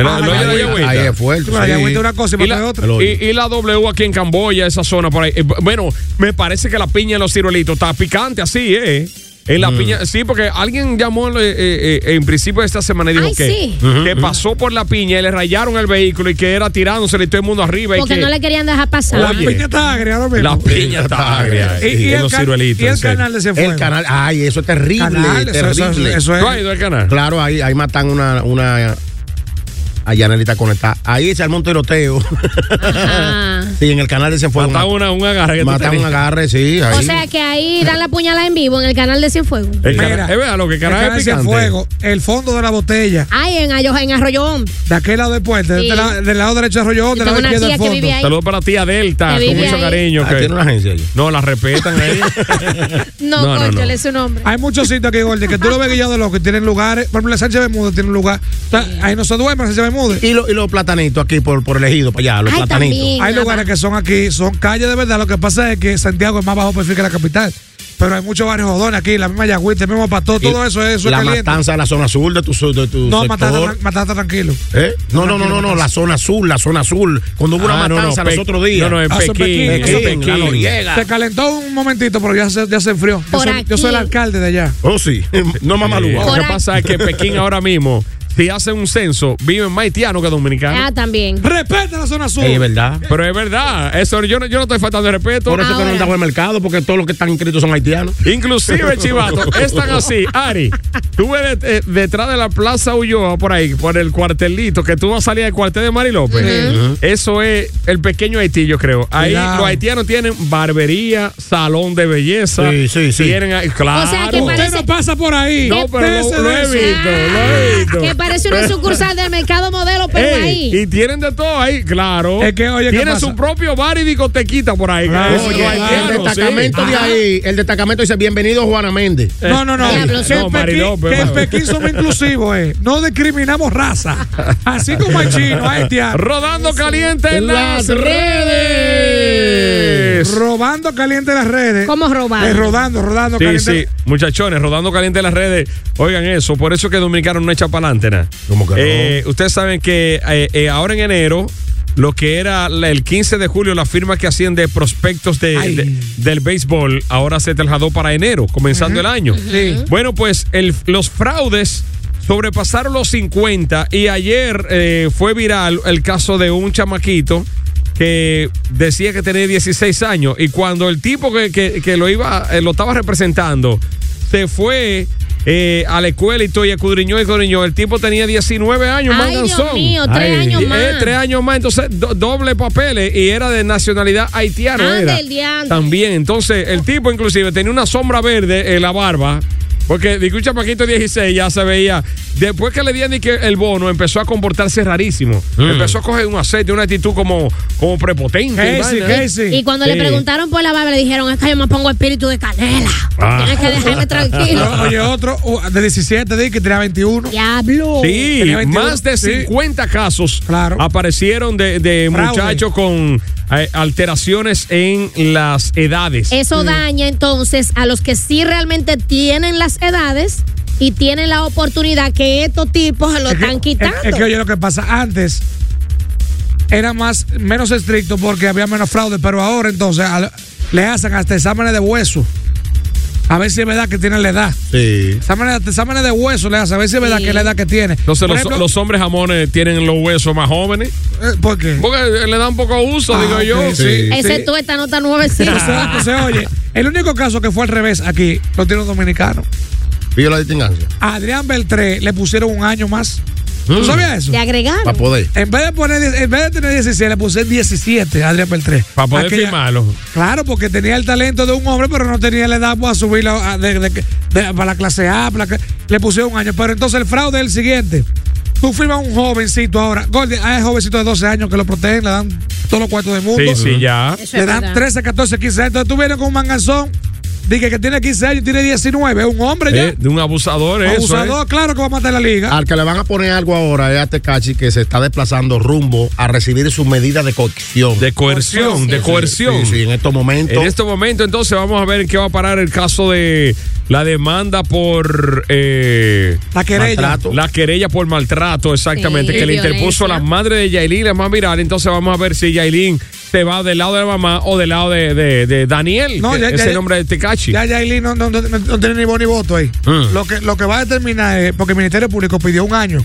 el hoyo de Ah, la
Ahí-
yagüita.
Ahí es fuerte.
Sí.
sí.
y la, y- y la W aquí en Camboya, esa zona por ahí. Eh, Bueno, me parece que la piña en los ciruelitos está picante así, ¿eh? En la
Mm.
piña, sí, porque alguien llamó eh, eh, eh, en principio de esta semana y dijo
Ay,
que,
sí.
que
Ujú.
pasó por la piña y le rayaron el vehículo y que era tirándosele y todo el mundo arriba. y
Porque
que-
no le querían dejar pasar.
Oye,
está agria ahora mismo.
La piña está agria.
Y- y
en
el
los
can-
ciruelitos.
y el
en serio.
canal de ese fuego.
El canal, ah, ay, eso es terrible,
Canal, eso-
terrible.
eso- eso es- ¿Tú has ido al canal?
Claro, ahí, ahí matan una, una allá Nelita conectada. Ahí se armó un tiroteo.
Ah,
sí, en el canal de ese fuego.
Mataron una- un agarre que tú
Mataron un
tenías.
agarre, sí. Ahí.
O sea que ahí dan la puñalada en vivo en el canal de Cienfuegos.
El
Mira,
canal- es verdad, lo que eh,
el
canal
canal
es
de
picante.
fuego, el fondo de la botella,
Ay, en, Ayo- en Arroyo Hombre.
de aquel lado del puente,
Sí.
del, la- del lado derecho de Arroyo Hondo,
Yo
del lado
tengo una
izquierdo del
tía que
fondo.
vive ahí.
Saludos para la tía Delta,
Que
con
vive
mucho
ahí.
cariño.
Ah,
que-
tiene una agencia allí.
No, la respetan ahí.
No,
No, no,
concho,
no.
le es su nombre.
Hay muchos sitios aquí, Gordy, que tú lo ves guillado de loco y tienen lugares. Por ejemplo, la Sánchez Bermúdez tiene un lugar. Está- ahí no se duerme, la Sánchez Bermúdez.
Y, lo- y los platanitos aquí por, por elegido, para allá, los
Hay
platanitos.
lugares que son aquí, son calles de verdad. Lo que pasa es que Santiago es más bajo perfil que la capital. Pero hay muchos barrios jodones aquí, la misma Yagüita, el mismo Pato, todo
Y
eso, es- eso es
La
caliente.
matanza de la zona sur de tu, su- de tu
no,
sector.
matata, matata tranquilo.
¿Eh? No, no, no, no, no, la zona azul, la zona azul. Cuando hubo una
Ah, no, no,
matanza
Pe-
los otros días.
no, no, en
Ah, eso es
Pekín, eso es
Pekín, la
Pekín.
Noriega.
Se calentó un momentito, pero ya se, ya se enfrió. Yo
Por
soy, yo
aquí.
soy el alcalde de allá.
Oh, sí. No
Sí. Eh,
mamaluga.
Lo que pasa es que Pekín ahora mismo, si hacen un censo, viven más haitianos que dominicanos.
Ah, también.
Respeta la zona sur.
Ey, es verdad.
Pero es verdad. Eso, yo, no, yo no estoy faltando de respeto.
Por eso que no andamos en el mercado, porque todos los que están inscritos son haitianos.
Inclusive, Chivato, están así. Ari, tú ves de- eh, detrás de la Plaza Ulloa, por ahí, por el cuartelito, que tú vas a salir del cuartel de Mari López.
Ujú.
Eso es el pequeño Haití, yo creo. Ahí
Cuidado.
los haitianos tienen barbería, salón de belleza.
Sí, sí, sí.
Tienen, ahí- claro.
Usted no pasa por ahí.
No, pero
Déjese
lo, lo
de
he
eso. Ah,
visto, lo he visto.
Ah, Que parece una sucursal del mercado modelo, pero
Ey,
ahí.
Y tienen de todo ahí, claro.
Es que, oye, ¿qué
tienen
pasa?
su propio bar y discotequita por ahí.
Ah,
Eso,
oye,
los haitianos,
el destacamento
sí.
de ahí, el destacamento dice bienvenido Juana Méndez.
Eh,
No, no, no. Que en Pekín- que en Pekín somos inclusivos, eh. No discriminamos raza. Así como hay chino, hay haitiano.
Rodando caliente en las redes.
Robando caliente en las redes.
¿Cómo robar?
Eh, rodando, rodando
Sí,
caliente.
sí, muchachones, rodando caliente en las redes. Oigan eso, por eso que Dominicano no echa para adelante nada.
que no?
Eh, ustedes saben que eh, eh, ahora en enero, lo que era la- el 15 de julio, la firma que hacían de prospectos de, de- del béisbol, ahora se trasladó para enero, comenzando el año. Bueno, pues el- los fraudes sobrepasaron los 50 y ayer eh, fue viral el caso de un chamaquito que decía que tenía 16 años y cuando el tipo que, que- que lo iba eh, lo estaba representando se fue eh, a la escuela y todo y escudriñó y escudriñó el tipo tenía 19 años más
Ay, Dios
ganzón.
mío, tres
Ay.
años
Eh,
más.
tres años más entonces do- doble papeles y era de nacionalidad haitiana
Ande
era.
el Ah, diantre.
también entonces el tipo inclusive tenía una sombra verde en la barba porque digo un chamaquito de 16 ya se veía después que le dieron y que el bono empezó a comportarse rarísimo
Mm.
empezó a coger un aceite una actitud como como prepotente y vaina.
Y cuando le
Sí.
preguntaron por la barba, le dijeron, es que yo me pongo espíritu de canela.
Ah.
Tienes que dejarme tranquilo.
O- Oye, otro uh, de 17 di que tenía 21.
Diablo.
Sí,
Tenía 21,
más de
sí.
50 casos aparecieron de, de
Fraude.
muchachos con eh, alteraciones en las edades.
Eso daña entonces a los que sí realmente tienen las edades y tienen la oportunidad que estos tipos se lo están
Es,
quitando.
es que oye lo que pasa, antes era más menos estricto porque había menos fraude, pero ahora entonces al- le hacen hasta exámenes de hueso. A ver si es verdad que tienen la edad.
Sí.
Exámenes, hasta exámenes de hueso le hacen, a ver si es verdad que es la edad que tiene.
Entonces
Por
los,
ejemplo,
los hombres jamones tienen los huesos más jóvenes.
eh, ¿Por qué?
Porque le dan poco uso,
Ah,
digo
ok,
yo.
sí.
Ese
sí. Ah.
tú esta nota nuevecita.
Exacto, o sea, oye, el único caso que fue al revés aquí lo tiene un dominicano.
Pidió la distingancia.
A Adrián Beltré le pusieron un año más. ¿Tú
Mm.
sabías eso?
Le agregaron.
Para poder.
Ah, En vez de poner, en vez de tener 16, le puse 17 a Adrián Beltré.
Para poder
Aquella-
firmarlo.
Claro, porque tenía el talento de un hombre, pero no tenía la edad para subirla a- de- de- de- para la clase A. para la cla- le pusieron un año. Pero entonces el fraude es el siguiente. tú firmas un jovencito ahora. Gordy, hay jovencitos de 12 años que lo protegen, le dan todos los cuartos del mundo.
Sí, sí, ya. Eso
Le
es
dan
verdad.
13, 14, 15 años. Entonces tú vienes con un manganzón, dije que tiene 15 años y tiene 19. Es un hombre ya.
Eh, de un abusador, eso.
Abusador, claro que va a matar la liga.
Al que le van a poner algo ahora es a Tecachi que se está desplazando rumbo a recibir su medida de coerción.
eh. De coerción, de coerción.
Sí, sí, en estos momentos.
En este momento, entonces, vamos a ver en qué va a parar el caso de la demanda por. eh,
La querella. Maltrato.
La querella por maltrato, exactamente,
Sí,
que le
violencia.
interpuso la madre de Yailin, la más viral. Entonces, vamos a ver si Yailin se va del lado de la mamá o del lado de, de- de Daniel.
No,
que
ya-
es
ya-
el nombre de Tecachi.
Ya Yailin no, no- no- no tiene ni voz ni voto ahí.
Mm.
Lo, que, lo que va a determinar es, porque el Ministerio Público pidió un año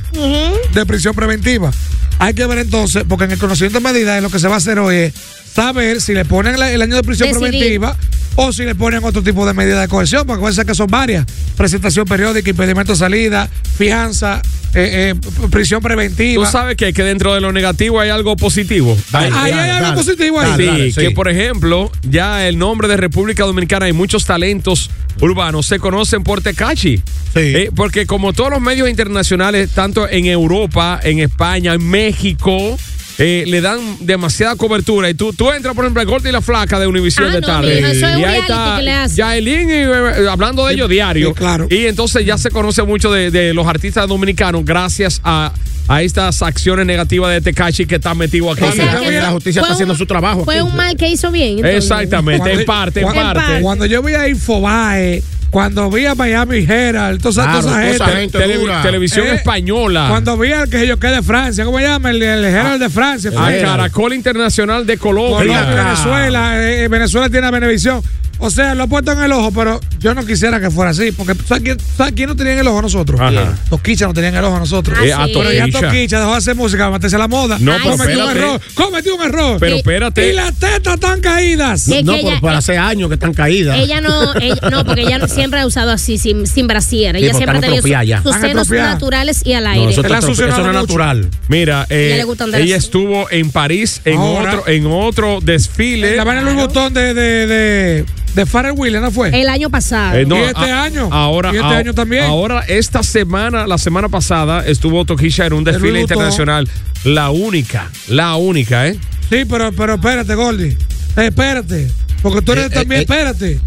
de prisión preventiva. Hay que ver entonces, porque en el conocimiento de medidas lo que se va a hacer hoy es saber si le ponen la- el año de prisión
Decidir.
preventiva o si le ponen otro tipo de medida de coerción, porque puede ser que son varias. Presentación periódica, impedimento de salida, fianza, eh, eh, p- prisión preventiva.
Tú sabes que, que dentro de lo negativo hay algo positivo.
Dale, Ahí dale, hay algo dale. positivo ahí.
Sí,
Dale, dale, sí.
que por ejemplo, ya el nombre de República Dominicana y muchos talentos urbanos se conocen por Tecachi. Eh, porque como todos los medios internacionales, tanto en Europa, en España, en México, eh, le dan demasiada cobertura. Y tú, tú entras, por ejemplo, el Gordo y la Flaca de Univisión
Ah,
de
no,
tarde.
mijo, eso es
y
un
ahí
reality
está
que le hacen.
Yaelin, y, eh, hablando de ellos diario.
claro.
Y entonces ya se conoce mucho de, de los artistas dominicanos gracias a, a estas acciones negativas de Tekashi que está metido aquí.
la justicia
fue
está haciendo
un-
su trabajo.
Fue un mal que hizo bien. entonces.
Exactamente, en parte, en
cuando-
parte.
Cuando yo vi a Infobae, cuando vi a Miami Herald, toda esa-
Claro,
toda
toda
esa
esa
gente. Eh,
gente Televi- dura. televisión española.
Cuando vi al que yo que de Francia, ¿cómo se llama? El, el Herald de Francia.
A
Francia.
Caracol Internacional de Colombia.
Colombia, Venezuela, eh, Venezuela tiene a Venevisión. O sea, lo he puesto en el ojo, pero yo no quisiera que fuera así, porque ¿sabes quién, sabes quién no tenía en el ojo nosotros?
Ajá.
Toquicha no tenía en el ojo nosotros.
Eh, a
pero ya
Toquicha.
Toquicha dejó de hacer música para meterse a la moda.
No, pero
Cometió un
espérate.
error, cometió un error.
Pero espérate.
Y las tetas están caídas.
Es No, que no, ella- por- por
hace años que están caídas.
Ella no, ella- no, porque ella siempre ha usado así, sin, sin brasier.
Sí,
Ella
porque
siempre ha
están
tenido su-
atrofiadas ya.
sus
Están
senos
atrofiadas.
naturales y al aire.
Mira, eh,
Ella le gusta andar
ella
así.
estuvo en París en
Ahora.
otro en otro desfile.
La vaina Luis Botón de, de, de, de Pharrell Williams, ¿no fue?
El año pasado.
Eh, no,
y este
a-
año.
Ahora,
Y este
a-
año también.
Ahora, esta semana, la semana pasada, estuvo Toquisha en un
Luis
desfile
Butón.
internacional. La única, la única, ¿eh?
Sí, pero, pero espérate, Gordy. Eh, Espérate. Porque tú
Eh,
eres también, espérate.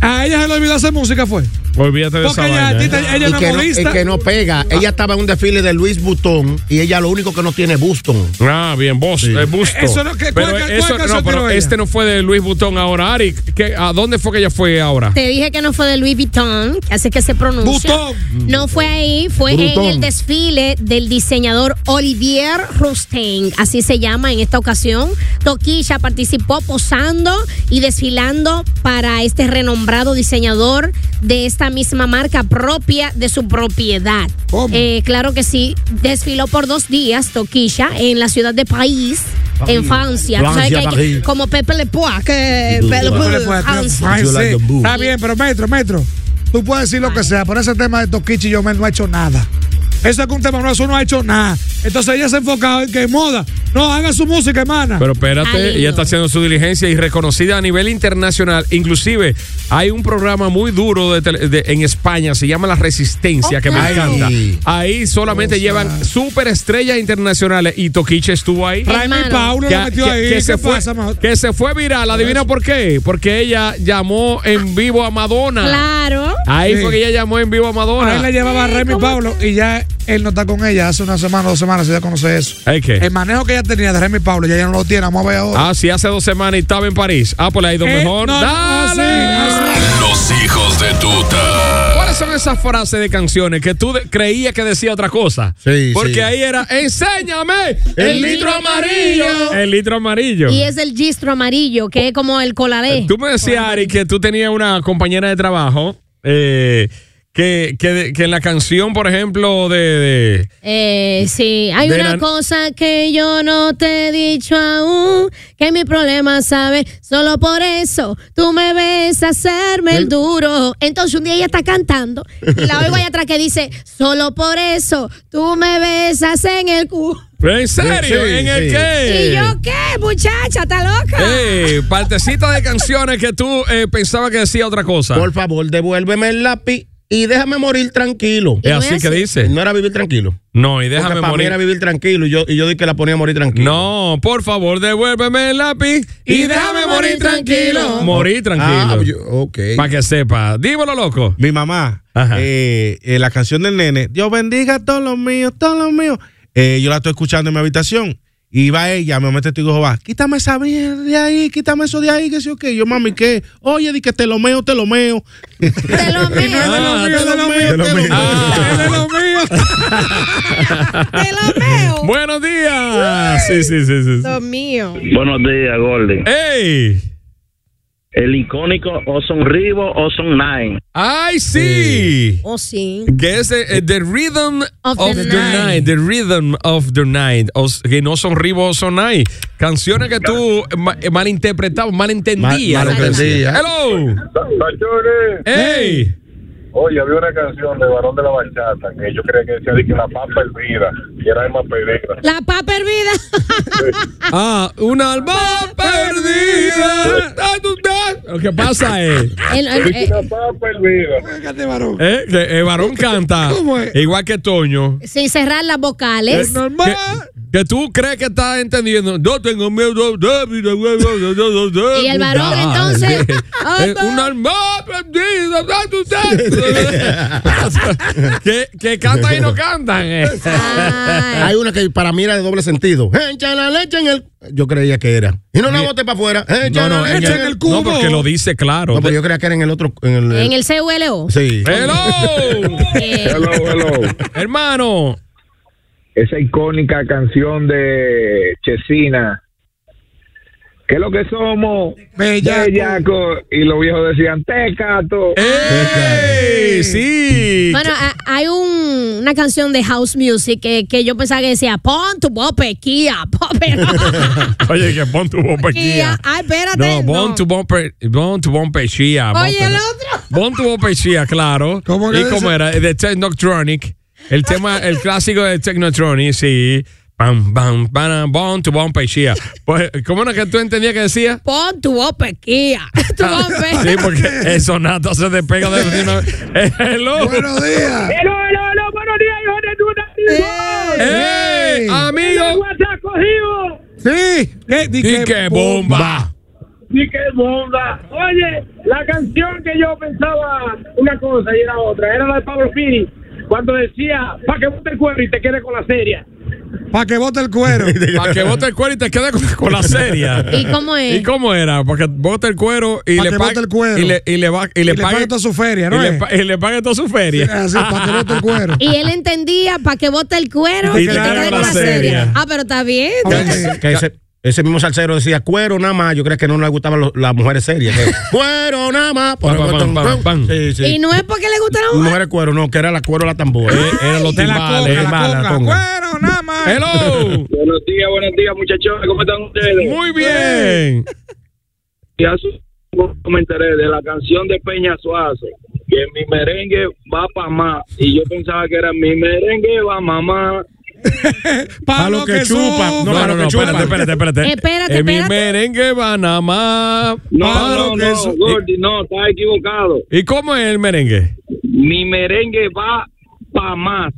A ella se le olvidó hacer música, fue.
Olvídate de
Porque
esa
ella- a
vaina,
ti
¿eh? Ah.
te- ella
Y
no es
que no,
modista.
y que no pega. Ella estaba en un desfile de Luis Butón y ella lo único que no tiene es Bustón.
Ah, bien, vos, es busto.
Eso no- ¿qué-
pero
cuál ca-
eso-
cuál
no,
canción
pero
tiró ella?
este no fue de Luis Butón ahora. Ari, ¿qué- ¿a dónde fue que ella fue ahora?
Te dije que no fue de Louis Vuitton, así que se pronuncia.
Vuitton.
No fue ahí, fue en
Brutón.
el desfile del diseñador Olivier Rousteing, así se llama en esta ocasión. Toquilla participó posando y desfilando para este renombrado diseñador de esta misma marca propia de su propiedad. Eh, claro que sí, desfiló por dos días Toquilla en la ciudad de París. En Francia, Tú sabes
Francia,
que hay que-
París.
como Pepe Le Poix, que
Tú
Pepe Le
le
Poix,
puedes-
Francia.
pues, Ay, sí. Está bien, pero Metro, Metro, tú puedes decir lo que sea, pero ese tema de Toquichi yo me no ha hecho nada. Eso es que un tema no, eso no ha hecho nada. Entonces ella se ha enfocado en que es moda. No, haga su música, hermana.
Pero espérate,
Ay,
ella está haciendo su diligencia y reconocida a nivel internacional. Inclusive hay un programa muy duro de tele- de- en España, se llama La Resistencia, que me
Ok.
encanta. Ahí solamente llevan superestrellas internacionales y Toquiche estuvo ahí.
Raimi Hermano. Paulo la metió ahí. ¿Qué
se
pasa,
fue, que se fue viral, adivina por qué. Porque ella llamó en vivo a Madonna.
Claro.
Ahí
Sí.
fue que ella llamó en vivo a Madonna.
Ahí la llevaba a Remy Pablo y ya él no está con ella. Hace una semana, dos semanas, ya conoce eso.
¿Ay, qué?
El manejo que ella tenía de Remy Pablo, ya, ya no lo tiene. Vamos a ver ahora.
Ah, sí, hace dos semanas y estaba en París. Ah, pues le ha ido
Eh,
mejor.
no, no,
¡Dale!
Los hijos de tuta.
¿Cuáles son esas frases de canciones que tú de- creías que decía otra cosa?
Sí,
Porque
sí.
ahí era, enséñame
El litro amarillo.
El litro amarillo.
Y es el gistro amarillo, que es como el colaré.
Tú me decías, Ari, que tú tenías una compañera de trabajo eh, que, que, que en la canción, por ejemplo, de... de-
Eh, sí, hay
De
una
la-
cosa que yo no te he dicho aún, que mi problema, ¿sabes? Solo por eso tú me ves hacerme el duro. Entonces un día ella está cantando y la oigo allá atrás que dice, solo por eso tú me besas en el cu.
¿En serio?
Sí,
¿En el
sí.
qué?
¿Y yo qué, muchacha? ¿Está loca?
Ey, partecita de canciones que tú eh, pensabas que decía otra cosa.
Por favor, devuélveme el lápiz. y déjame morir tranquilo.
Es así que dice.
No era vivir tranquilo.
No, y
Porque
déjame
para mí
morir.
era vivir tranquilo y yo, y yo dije que la ponía a morir tranquilo.
No, por favor, devuélveme el lápiz y déjame morir tranquilo. Morir tranquilo.
Ah,
ok.
Para que sepa. Dímelo, loco.
Mi mamá, eh, eh, la canción del nene, Dios bendiga a todos los míos, todos los míos. Eh, yo la estoy escuchando en mi habitación. Y va ella, me mete y digo, va, quítame esa mierda de ahí, quítame eso de ahí, que sí o qué. Yo, mami, ¿qué? Oye, di que te lo meo, te lo meo.
te lo meo.
te lo
Ah.
meo.
Buenos días. Sí, sí, sí, sí.
Dios mío.
Buenos días, Gordy.
¡Ey!
El icónico Ozone Rivo, Ozone Nine.
¡Ay, sí!
Oh, sí.
Que es eh, The Rhythm
Of
of,
the
the,
Night.
night. The Rhythm of the Night. O s- que no son ribos o son night. Canciones que tú eh, ma- eh, malinterpretabas, malentendías.
Mal-
lo que
malentendía.
decía. ¡Hello!
Tachones.
¡Ey!
Oye, había una canción de Varón de la Bachata que yo creía que decía de que la papa hervida y era Emma Pereira.
La papa hervida.
Ah, una alma perdida. Ta, tu, ta. Lo que pasa es.
El- el- eh,
eh, que el varón canta igual que Toño.
sin cerrar las vocales.
Que- Que, que tú crees que estás entendiendo. Yo tengo miedo de mi- de- de- de- de- de-
Y el varón,
de-
entonces.
Eh, un alma perdida. ta, tu, ta. que, que cantan y no cantan. eh.
Hay una que para mí era de doble sentido. Echa la leche en el. Yo creía que era. Y no la bote para afuera. Echa
No, no,
la
en
leche
el-
en el
no,
cubo.
porque lo dice claro.
No, pero yo creía que era en el otro. En el,
En el CULO.
Sí.
Hello.
Hello, hello.
Hermano.
Esa icónica canción de Chesina. ¿Qué es lo que somos? Bellaco. Y los viejos decían, tecato.
¡Ey! Sí.
Bueno, a- hay un- una canción de house music que, que yo pensaba que decía, pon tu bope, Kia, pope.
Oye, que pon tu bomba aquí. ah.
Kia. Ay,
No,
espérate.
bon tu bombe, bon tu bombe
ah,
chía.
Oye,
bon-
el otro.
Bon tu bombe chía, claro.
que
¿Y cómo
dice?
era? De Technotronic. El tema, el clásico de Technotronic, sí. Pam, pam, pam, bon tu bombe chía. Pues, ¿cómo era que tú entendías que decía? Ah,
Pon tu bope, Kia. Tu bope.
Sí, porque el sonato se despega de de una vez. Hello.
Buenos días.
Hello, hello, hello. Buenos días, hijos de ¡Ey! ¡Eh, ¡Amigo!
cogido!
¡Sí!
di
¡Di
que
que bomba!
¡Y qué bomba! Oye, la canción que yo pensaba una cosa y era otra, era la de Pablo Fini, cuando decía, pa' que bote el cuero y te quede con la serie.
Para que bote el cuero.
Para que bote el cuero y te quede con, con la serie.
¿Y cómo es?
¿Y cómo era? Porque bote el cuero y
Pa'
le
que bote
pague
el cuero.
Y le, y le, va- y le
Y le
pague-
pague toda su feria, ¿no
Y le,
es?
pa- y le pague toda su feria.
Así, pa' que bote el cuero.
Y él entendía para que bote el cuero
Y
y
que
que
haga
traiga
la
la
serie.
serie. Ah, pero está bien.
Que ese, ese mismo salsero decía cuero nada más. Yo creo que no le gustaban los- las mujeres serias. que, cuero nada más.
Pam, pam, pam, pam, pam.
Sí, sí.
Y no es porque le gusta la
No
mujer.
eh.
era cuero, no, que era la cuero la Eh, tambora.
era los
De la
timbales,
conga, la
hermana,
conga.
conga.
Cuero, nada más.
Hello.
Buenos días, buenos días, muchachos. ¿Cómo están ustedes?
Muy bien.
Y hace un comentaré de la canción de Peña Suazo, que mi merengue va pa' más. Y yo pensaba que era mi merengue va mamá.
Para
lo que
chupa.
sufre.
No, no, no, espérate, espérate, espérate.
Espérate,
Eh, Mi
espérate.
merengue va nada más.
No,
pa' lo
no,
que
no,
su-
Gordy, no, estás equivocado.
¿Y cómo es el merengue?
Mi merengue va pa' más.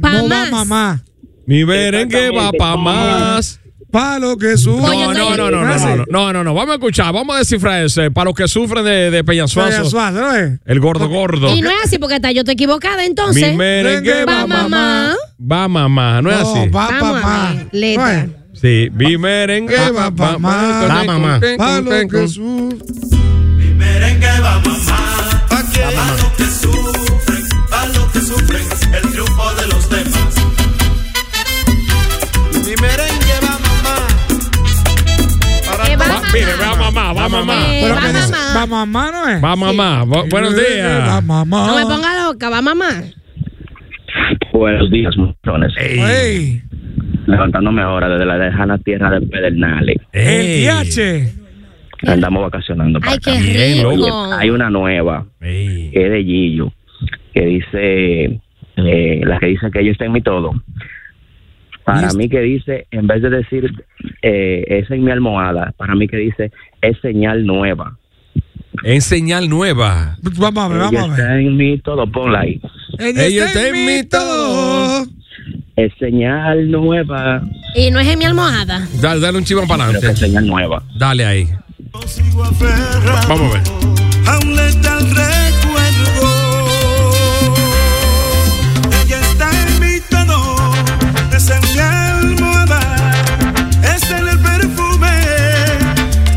Pa'
va mamá.
Mi merengue va
Exactamente,
pa'
pa'
más.
Para lo que Ah, sube.
No, no, no, no, no, no, no, no, no, no. Vamos a escuchar, vamos a descifrar ese. Para los que sufren de, de Peñasuazo.
Peña Suazo, ¿no es?
El gordo gordo.
Y no es así porque está, yo estoy equivocada entonces.
Mi merengue
va
va
mamá.
Va mamá, no es así.
Vamos a ver, letra.
Sí, mi merengue va pa' más.
Va mamá.
Pa' lo que
que
sufre.
Mi merengue va mamá.
Que va mamá.
Mire, va mamá, Ah, va mamá.
Eh, va mamá.
Va mamá, ¿no es?
Va mamá. Bu- Buenos días.
Va mamá.
No me ponga loca, va mamá.
Buenos días, muchones.
Ey.
Levantándome ahora desde la lejana tierra de Pedernales.
El TH.
Andamos vacacionando. para
Ay,
acá.
qué
Oye,
rico.
hay una nueva que es de Gillo, que dice, eh, la que dice que yo está en mi todo. Para mí que dice, en vez de decir, eh, es en mi almohada, para mí que dice, es señal nueva.
En señal nueva.
Vamos a ver,
Ella está en mí todo, ponla ahí.
Ella Ella está en mí todo.
Es señal nueva.
Y no es en mi almohada.
Dale, dale un chivón para adelante.
señal nueva.
Dale ahí. Vamos a ver.
Aún le da el recuerdo. Ella está en mi tono, es en mi almohada, es en el perfume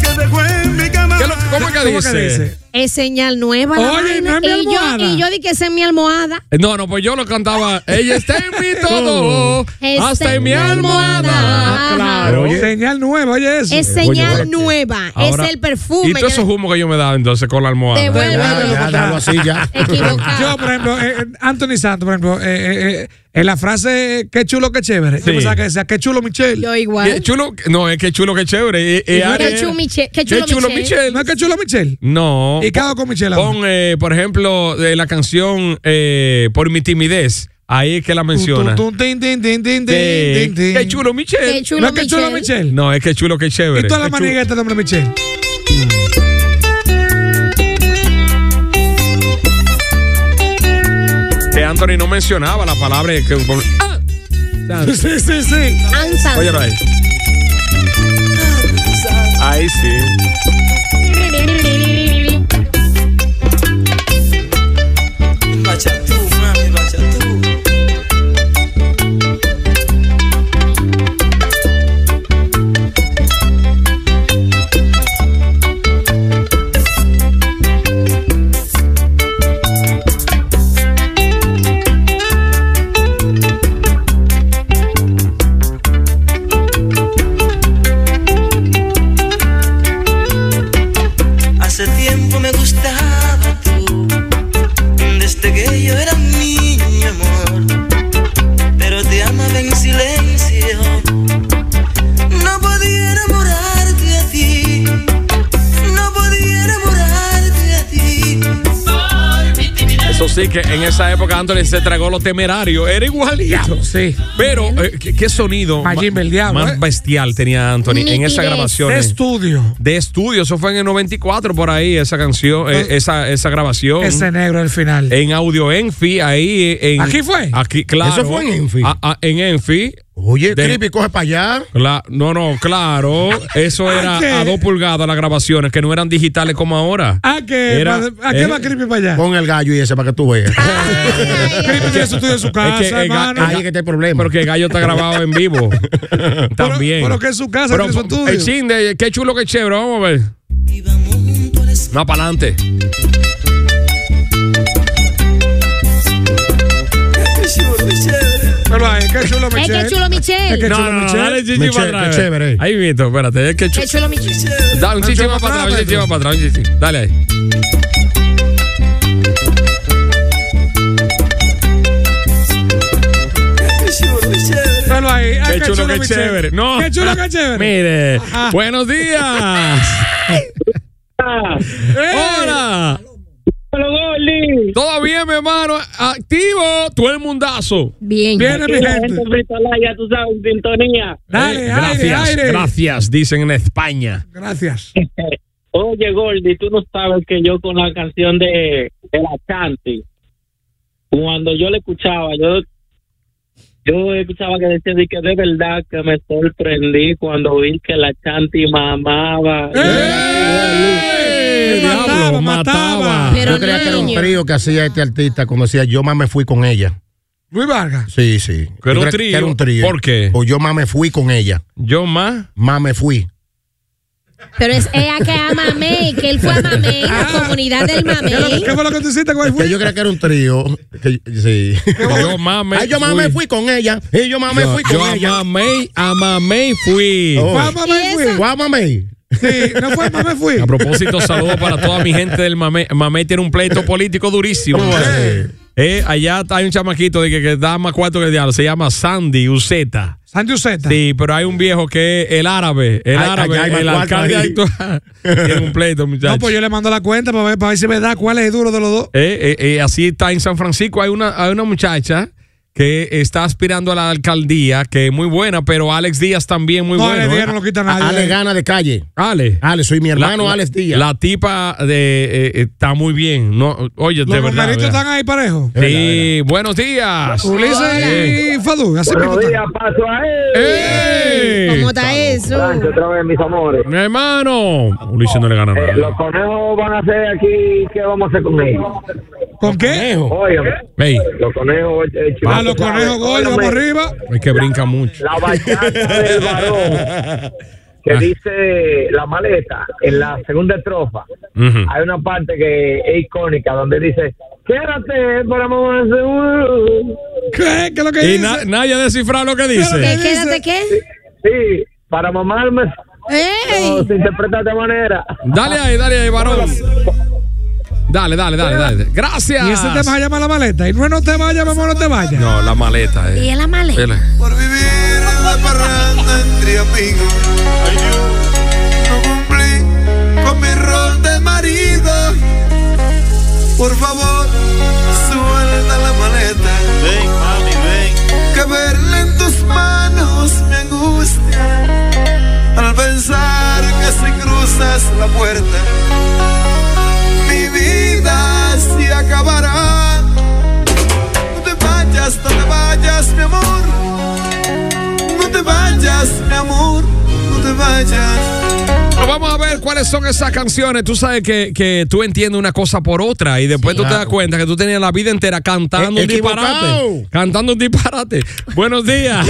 que dejó en mi cama.
¿Cómo que dice?
Es señal nueva. la
Oye,
vaina.
no es mi
y, yo,
almohada.
y yo di que esa es mi almohada.
No, no, pues yo lo cantaba. Ella está en mi todo,
Está
hasta en mi almohada. Claro.
Señal nueva, oye eso.
Es señal nueva.
Ahora-
es el perfume.
Y todos
que-
esos humos que yo me daba entonces con la almohada.
Devuélvelo. Ya, ya, déjalo
así,
ya.
Yo, por ejemplo, eh, eh, Anthony Santos, por ejemplo, eh, eh, eh, en la frase eh, qué chulo, qué chévere.
Sí.
Yo pensaba que decía qué chulo, Michelle.
Yo igual.
Qué chulo, no, es que chulo, que chévere. Eh, eh, Ari-
Qué, chumiche- qué chulo, Michelle.
¿No es qué chulo, Michelle?
No.
¿Y qué hago con Michelle ahora?
Pon, eh, por ejemplo, de la canción eh, Por mi timidez. Ahí es que la menciona.
Tum, tin, tin, tin, tin, tin,
Eh,
tin, tin.
Qué chulo, Michelle.
Qué chulo, ¿No es qué chulo, Michelle?
No, es que chulo, que
Y
chévere.
toda la
Qué chulo.
manigueta de hombre Michelle.
Que Anthony no mencionaba la palabra. Que, con-
Ah. Sí, sí, sí.
Ansa.
Óyelo ahí. Ahí sí.
Bachatú, mami, bachatú. Hace tiempo me gustaba tú, desde que este yo era niño, amor. Pero te amaba en silencio, no podía enamorarte a ti, no podía enamorarte a ti.
Eso sí, que en esa época Anthony se tragó los temerarios. Era igualito.
Sí.
Pero, eh, ¿qué, qué sonido ma- más bestial tenía Anthony en esa grabación?
¿eh? De estudio.
De estudio, eso fue en el 94 por ahí, esa canción, eh, esa, esa grabación.
Ese negro al final.
En Audio Enfi, ahí eh, en.
¿Aquí fue?
Aquí, claro.
¿Eso fue en Enfi?
Ah, ah, en Enfi. Oye,
Creepy, coge para allá.
no, no, claro. Eso era
¿qué?
a dos pulgadas las grabaciones, que no eran digitales como ahora.
¿A qué?
Era-
¿A qué
eh,
Ah, va creepy para allá?
Pon el gallo y ese para que tú veas.
Creepy tiene su estudio en su casa,
Es que el ga-
hermano.
el ga- Pero que el gallo está grabado en vivo. También.
pero que es su casa, que es su estudio.
El chin de qué chulo, qué chévere. Vamos a ver. No, para adelante.
Qué chulo, Michelle.
Pero ay, qué chulo,
Es
Michelle. Eh,
que Eh, chulo, Michelle.
No, no, no, dale chichi para atrás. Ahí, Vito, espérate. Es que chu-
Qué chulo, Michelle.
Da un
Dame
chichi más para atrás, pues. un chichi más para atrás, un chichi. Dale ahí.
Qué chulo, Michelle.
Pero eh, ahí, ay,
Eh, Qué chulo, qué chévere. No.
Qué chulo, qué chévere. Ah.
Mire.
Ajá.
Buenos días. Hola. Todo bien, mi hermano. Activo. Todo el mundazo.
Bien.
Viene mi gente.
Ya tú sabes, sintonía.
Dale,
Eh,
aire,
gracias,
aire.
gracias, dicen en España.
Gracias.
Oye, Gordy, tú no sabes que yo con la canción de, de la Chanti, cuando yo la escuchaba, yo yo escuchaba que decía de que de verdad que me sorprendí cuando vi que la Chanti mamaba.
¡Eh! Diablo, mataba.
yo creía que era un
niño.
trío que hacía este artista cuando decía yo más me fui con ella.
Luis Vargas.
Sí, sí.
Que era
Yo creía que
un trío.
Era un trío.
¿Por qué?
O yo más me fui con ella.
Yo más.
Más me fui.
Pero es ella que ama a Mamey, que él fue a Mamey, la
Ah.
comunidad Ah, del Mamey.
¿Qué fue lo que tú hiciste con el
Que yo creía que era un trío. Que- sí.
Yo mames.
Ay, yo más me fui con ella. Y yo más me fui con
yo
ella.
a mamey, a mamey fui.
Oh.
Fue a Mamey, fui.
Guau, mamey.
Sí, no fue a Mamey, fui.
A propósito, saludos para toda mi gente del Mamey. Mamey tiene un pleito político durísimo. Eh, allá hay un chamaquito de que, que da más cuarto que el diablo. Se llama Sandy Uceta.
Sandy Uceta.
Sí, pero hay un viejo que es el árabe. El
Ay,
árabe,
allá hay más
el
cuarto
alcalde
ahí.
actual. Tiene un pleito, muchachos.
No, pues yo le mando la cuenta para ver, para ver si me da cuál es el duro de los dos.
Eh, eh, eh, así está en San Francisco. Hay una, hay una muchacha que está aspirando a la alcaldía, que es muy buena, pero Alex Díaz también muy
No,
bueno.
Ah, Alex Díaz
¿eh?
no lo quita nadie. Ale gana de calle.
Ale.
Ale, soy mi hermano Alex Díaz.
La tipa de, eh, eh, está muy bien. No, oye, de
Los
verdad.
numeritos
¿verdad?
están ahí parejos.
Sí, buenos días.
Ulises y Fadu, así mismo están.
paso a él.
¿Cómo está eso?
Rancho, otra vez, mis amores.
Mi hermano. Ulises no le gana
Eh,
nada.
los conejos van a hacer aquí. ¿Qué vamos a hacer con ellos?
¿Con qué?
Óyeme. Los conejos. eh,
Ah,
chicos,
los
tú sabes,
conejos gordos,
óyeme,
vamos arriba. Es que brinca mucho.
La bachata del varón. Que
Ah.
dice la maleta en la segunda estrofa.
Ujú.
Hay una parte que es icónica donde dice: Quédate para más seguro.
¿Qué? ¿Qué es lo
Y na- nadie ha descifrado lo que dice.
¿Quédate qué?
Sí, para mamarme.
¡Ey!
Se interpreta de manera.
Dale ahí, dale ahí, varón. Dale, dale, dale, dale. Gracias.
Y ese tema se llama la maleta. Y no es no te vayas, mamá, no te vayas.
No, la maleta. eh.
Y es la maleta.
Vela.
la parranda entre amigos. Ay, yo no cumplí con mi rol de marido. Por favor, suelta la maleta. Ven, mami, ven. Que verla en tus manos me angustia. Al pensar que si cruzas la puerta, mi vida se acabará. No te vayas, no te vayas, mi amor. No te vayas, mi amor. No te vayas.
Bueno, vamos a ver cuáles son esas canciones. Tú sabes que, que tú entiendes una cosa por otra y después
Sí,
tú te
claro.
das cuenta que tú tenías la vida entera cantando
E-
un
equivocado.
disparate. Cantando un disparate. Buenos días.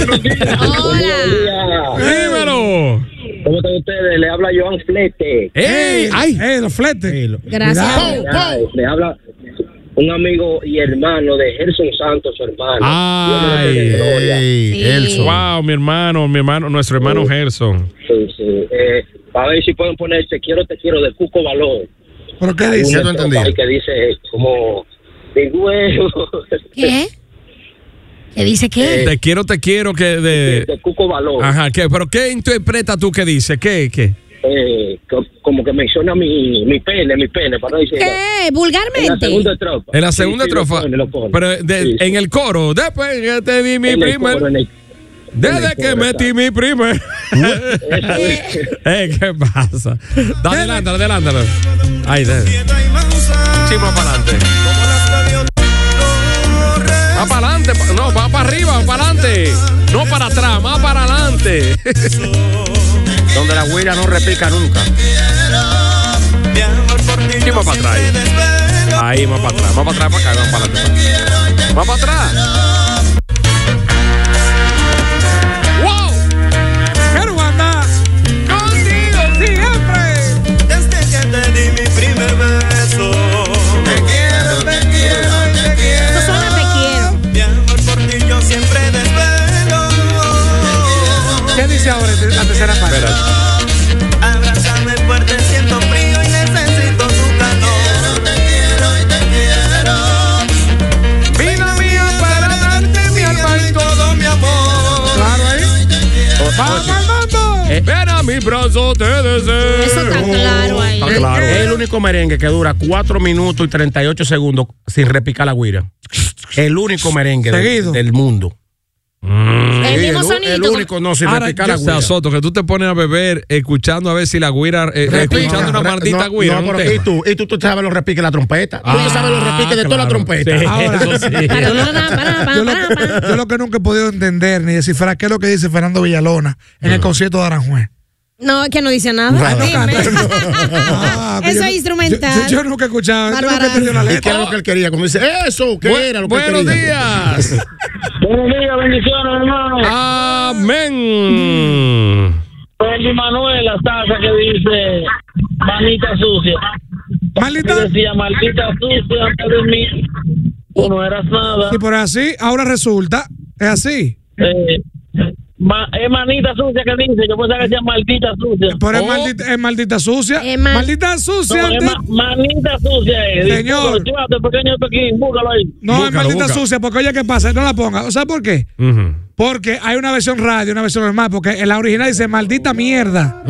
Dímelo.
¿Cómo están ustedes? Le habla Joan Flete.
¡Ey! ¡Eh! ¡Ay!
¡Ey, los fletes!
Gracias. Le habla un amigo y hermano de Gerson Santos, su hermano.
Ay,
Sí.
Gerson. Wow, mi hermano, mi hermano, nuestro hermano Gerson.
Sí, sí. Eh, a ver si pueden poner Te quiero, te quiero de Cuco Balón.
¿Pero
qué dice?
Una
Yo no entendí.
tropa ahí que dice como de huevo.
¿Qué? ¿Qué dice qué?
Eh,
Te quiero, te quiero que de.
Cuco Balón.
Ajá, ¿qué? Pero ¿qué interpreta tú que dice? ¿Qué? ¿Qué?
Eh, co- como que menciona mi, mi pene, mi pene, para no decir.
¿Qué?
En la
Vulgarmente.
segunda estrofa.
En la
Sí,
segunda
sí, lo
estrofa.
pone, lo pone.
Pero de-
Sí, sí.
en el coro, después que te di mi
En el
primer.
coro, en el- en
Desde
el
que
coro,
metí mi primer. eh, ¿Qué pasa? Dale, adelántalo, adelántalo. Ahí, dale. Un chisme para adelante. Va para adelante, pa- no, va para arriba, va para adelante. No para atrás, más para adelante.
Donde la huira no repica nunca.
Sí, más para atrás. Ahí, más para atrás, más para atrás, para acá, más para adelante. Más para atrás. ¡Wow!
¡Quiero andar
contigo
siempre!
Desde que te di mi primer beso. Te quiero, te quiero y te quiero. te quiero. Mi amor por ti yo siempre desvelo.
¿Qué dice ahora la tercera parte?
Abrázame fuerte, siento frío y necesito tu calor. Te quiero y te quiero. Vida mía para darte mi alma y todo mi amor.
Claro, ahí.
Oye, eh, ven a mis brazos, te deseo.
Eso está claro ahí. Eh,
Está Ah, claro. eh.
Es el único merengue que dura 4 minutos y 38 segundos sin repicar la guira. El único merengue del-
Seguido.
del mundo.
El
Sí,
mismo
u-
sonido.
El único no sin
Mm. Ahora,
repicar
yo
la
sé,
guira.
Soto, que tú te pones a beber escuchando a ver si la guira. eh,
Repica.
escuchando una
Re-
maldita
no,
guira.
no,
un
pero
tema. Ah,
y tú, y tú, tú sabes los repiques de la trompeta. tú ya sabes los
Ah,
repiques de toda la trompeta. Ah,
Ahora, yo, lo, que, yo lo que nunca he podido entender ni descifrar qué es lo que dice Fernando Villalona en el concierto de Aranjuez.
No, es que no dice nada.
Ay, no
Dime. Eso es instrumental.
Yo, yo nunca he escuchado, yo nunca he
Bárbara.
entendido la
¿Y
letra.
qué era lo que él quería? Cuando dice, eso, ¿qué
Bu-
era lo que él
buenos
quería?
días.
Buenos días, bendiciones, hermano.
Amén.
Feli Manuel, la taza que dice manita sucia.
Maldita.
Decía maldita sucia antes de mí. Tú Pues no eras nada.
Y por así, ahora resulta, es así.
Eh, ma- es manita sucia que dice. Yo pensaba que decía maldita sucia.
Pero es, maldita, es maldita sucia.
mal-
maldita sucia.
No, es
antes-
ma- manita sucia. eh. Dice,
Señor.
llévate, pequeño Pekín, búscalo ahí.
No, es maldita sucia, porque oye, ¿qué pasa? No la ponga. ¿Sabes por qué? Porque hay una versión radio, una versión normal, porque en la original dice maldita mierda.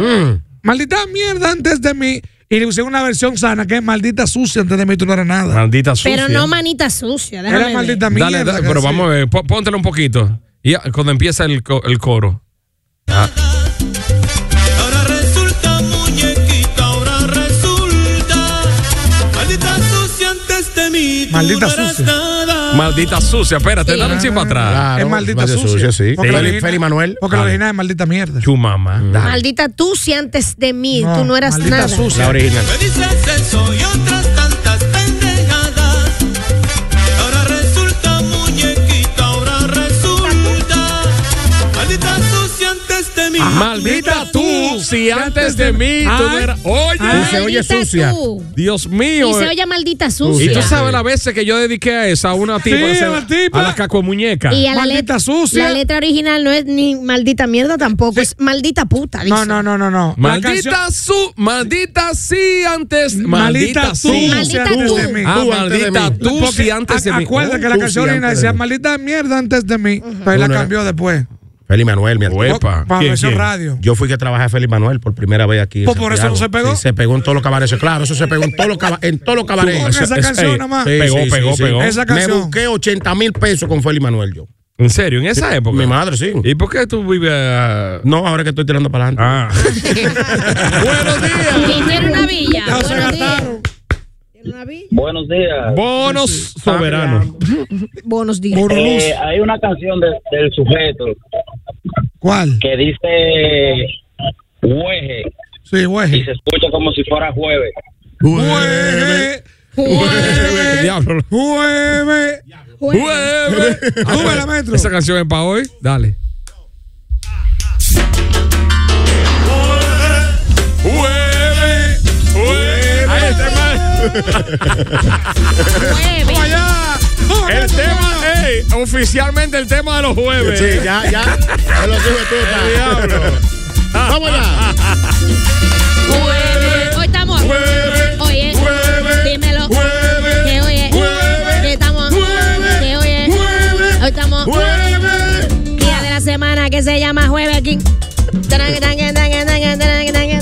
Maldita mierda antes de mí. Y le pusieron una versión sana que es maldita sucia antes de misturar nada.
Maldita sucia.
Pero no manita sucia. Déjame
Era
ver.
maldita mierda.
Dale, dale,
que
pero
sí.
vamos a ver, pó- póntelo un poquito. Y ya, cuando empieza el, co- el coro. Ah,
Ahora resulta muñequita, ahora resulta maldita sucia antes de mí.
Maldita
sucia.
Maldita sucia, espérate,
Sí.
dale un chisme atrás.
es maldita sucia. Porque la origi- Porque la
Dale.
original es maldita mierda.
Tu mamá. Dale.
Maldita tú si antes de mí tú no eras
maldita
nada.
sucia. La original.
Me dices eso y otras tantas pendejadas. Ahora resulta muñequita, ahora resulta maldita sucia antes de mí.
Ah. Maldita tú, si antes de mí tú no
Ay.
eras- Oye,
Ay,
se oye maldita sucia. tú.
Dios
Y
mío.
se
eh.
oye maldita
Y
sucia.
tú sabes las veces que yo dediqué a esa, a una tipa,
Sí,
a, esa-
a la tipa.
a la cacomuñeca.
Y a la letra La letra original no es ni maldita mierda tampoco, es maldita puta.
No, no, no, no, no.
Maldita su, maldita sí antes, maldita,
Maldita
sí,
tú, Maldita
antes
tú.
de mí.
Tú
Ah,
antes de
maldita
mí.
tú
Porque
sí antes de
a-
mí.
Acuérdate que la
Tú sí
canción
antes
original
de
decía
mí.
maldita mierda antes de mí. Entonces
Tú
la
no eras-
cambió después.
Félix Manuel, mi hermano.
Uepa. Para ¿Quién, versión quién? radio.
Yo fui que trabajé a Félix Manuel por primera vez aquí. en
Pues por eso
Santiago.
no se pegó.
Sí, se pegó en todos los cabarets. Claro, eso se pegó en todos los cabarets. En todos los cabarets.
Con esa canción
sí,
nada más.
sí,
Pegó,
sí,
pegó,
sí,
pegó.
sí.
Esa
Me
canción.
busqué 80 mil pesos con Félix Manuel yo.
¿En serio? ¿En esa
Sí,
época?
mi madre, sí.
¿Y por qué tú vives.? ah?
No, ahora que estoy tirando para adelante.
Tiene una villa.
Ya se
Buenos días.
Buenos días.
Bonos soberanos.
Buenos días.
Eh, hay una canción de- del sujeto.
¿Cuál?
Que dice hueje.
Sí, hueje.
Y se escucha como si fuera jueves.
Jueves. Jueves.
Diablo.
Jueves.
Jueves. Ah,
Súbela, metro.
Esa canción es para hoy. Dale.
Hueve, hueve. Ahí
allá! El tema, ey, oficialmente el tema de los jueves.
Sí, ya, ya. Se lo sube tú,
El diablo.
Vamos allá.
Jueves. Hoy estamos. Oye. Dímelo. Que hoy es. Que estamos. Que hoy es. Hoy estamos. Día de la semana que se llama jueves aquí. Tranqui, tranqui, tranqui, tranqui, tranqui, tranqui.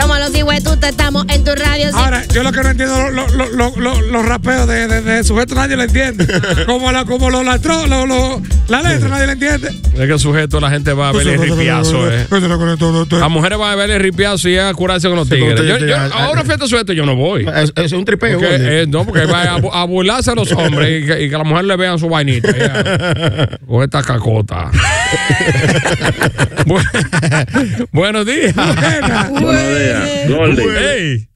Somos los te estamos en tu radio. sí.
Ahora, yo lo que no entiendo, lo- lo- lo- lo- los rapeos de, de, de sujeto nadie lo entiende. Como, la, como los latro- lo- lo- la letra nadie la entiende.
Es que el sujeto, la gente va a ver el ripiazo, eh. Las mujeres van a ver el ripiazo y a curarse con los tigres. Yo- yo- ahora fiesta sujeto, yo no voy.
Es, es un tripeo.
Porque,
Gordy.
eh, no, porque va a, bu- a burlarse a los hombres y que, y que a la mujer le vean su vainita. ya. O esta cacota. Bu- Buenos días.
Buenos días. Gordy.
Ey.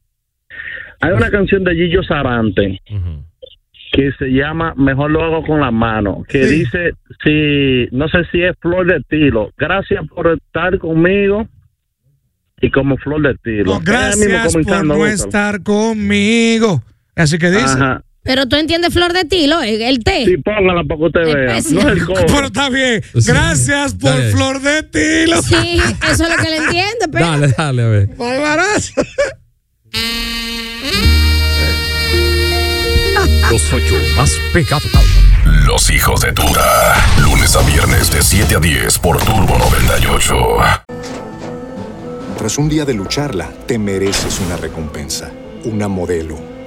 Hay una canción de Gillo Sarante que se llama Mejor lo hago con las manos, que dice, si no sé si es flor de tilo, gracias por estar conmigo y como flor de tilo.
No, gracias por no estar conmigo. Así que dice.
Ajá.
Pero tú entiendes flor de tilo, el, el té.
Sí, póngala para que usted
Me
vea.
parece-
No es el coro.
Pero está bien. Gracias por
Dale.
Flor de Tilo.
Sí, eso es lo que le entiende, pero.
Dale, dale, a ver.
Barbarazo.
Los ocho más pegados.
Los hijos de Tuta. Lunes a viernes de 7 a 10 por Turbo 98.
Tras un día de lucharla, te mereces una recompensa, una modelo,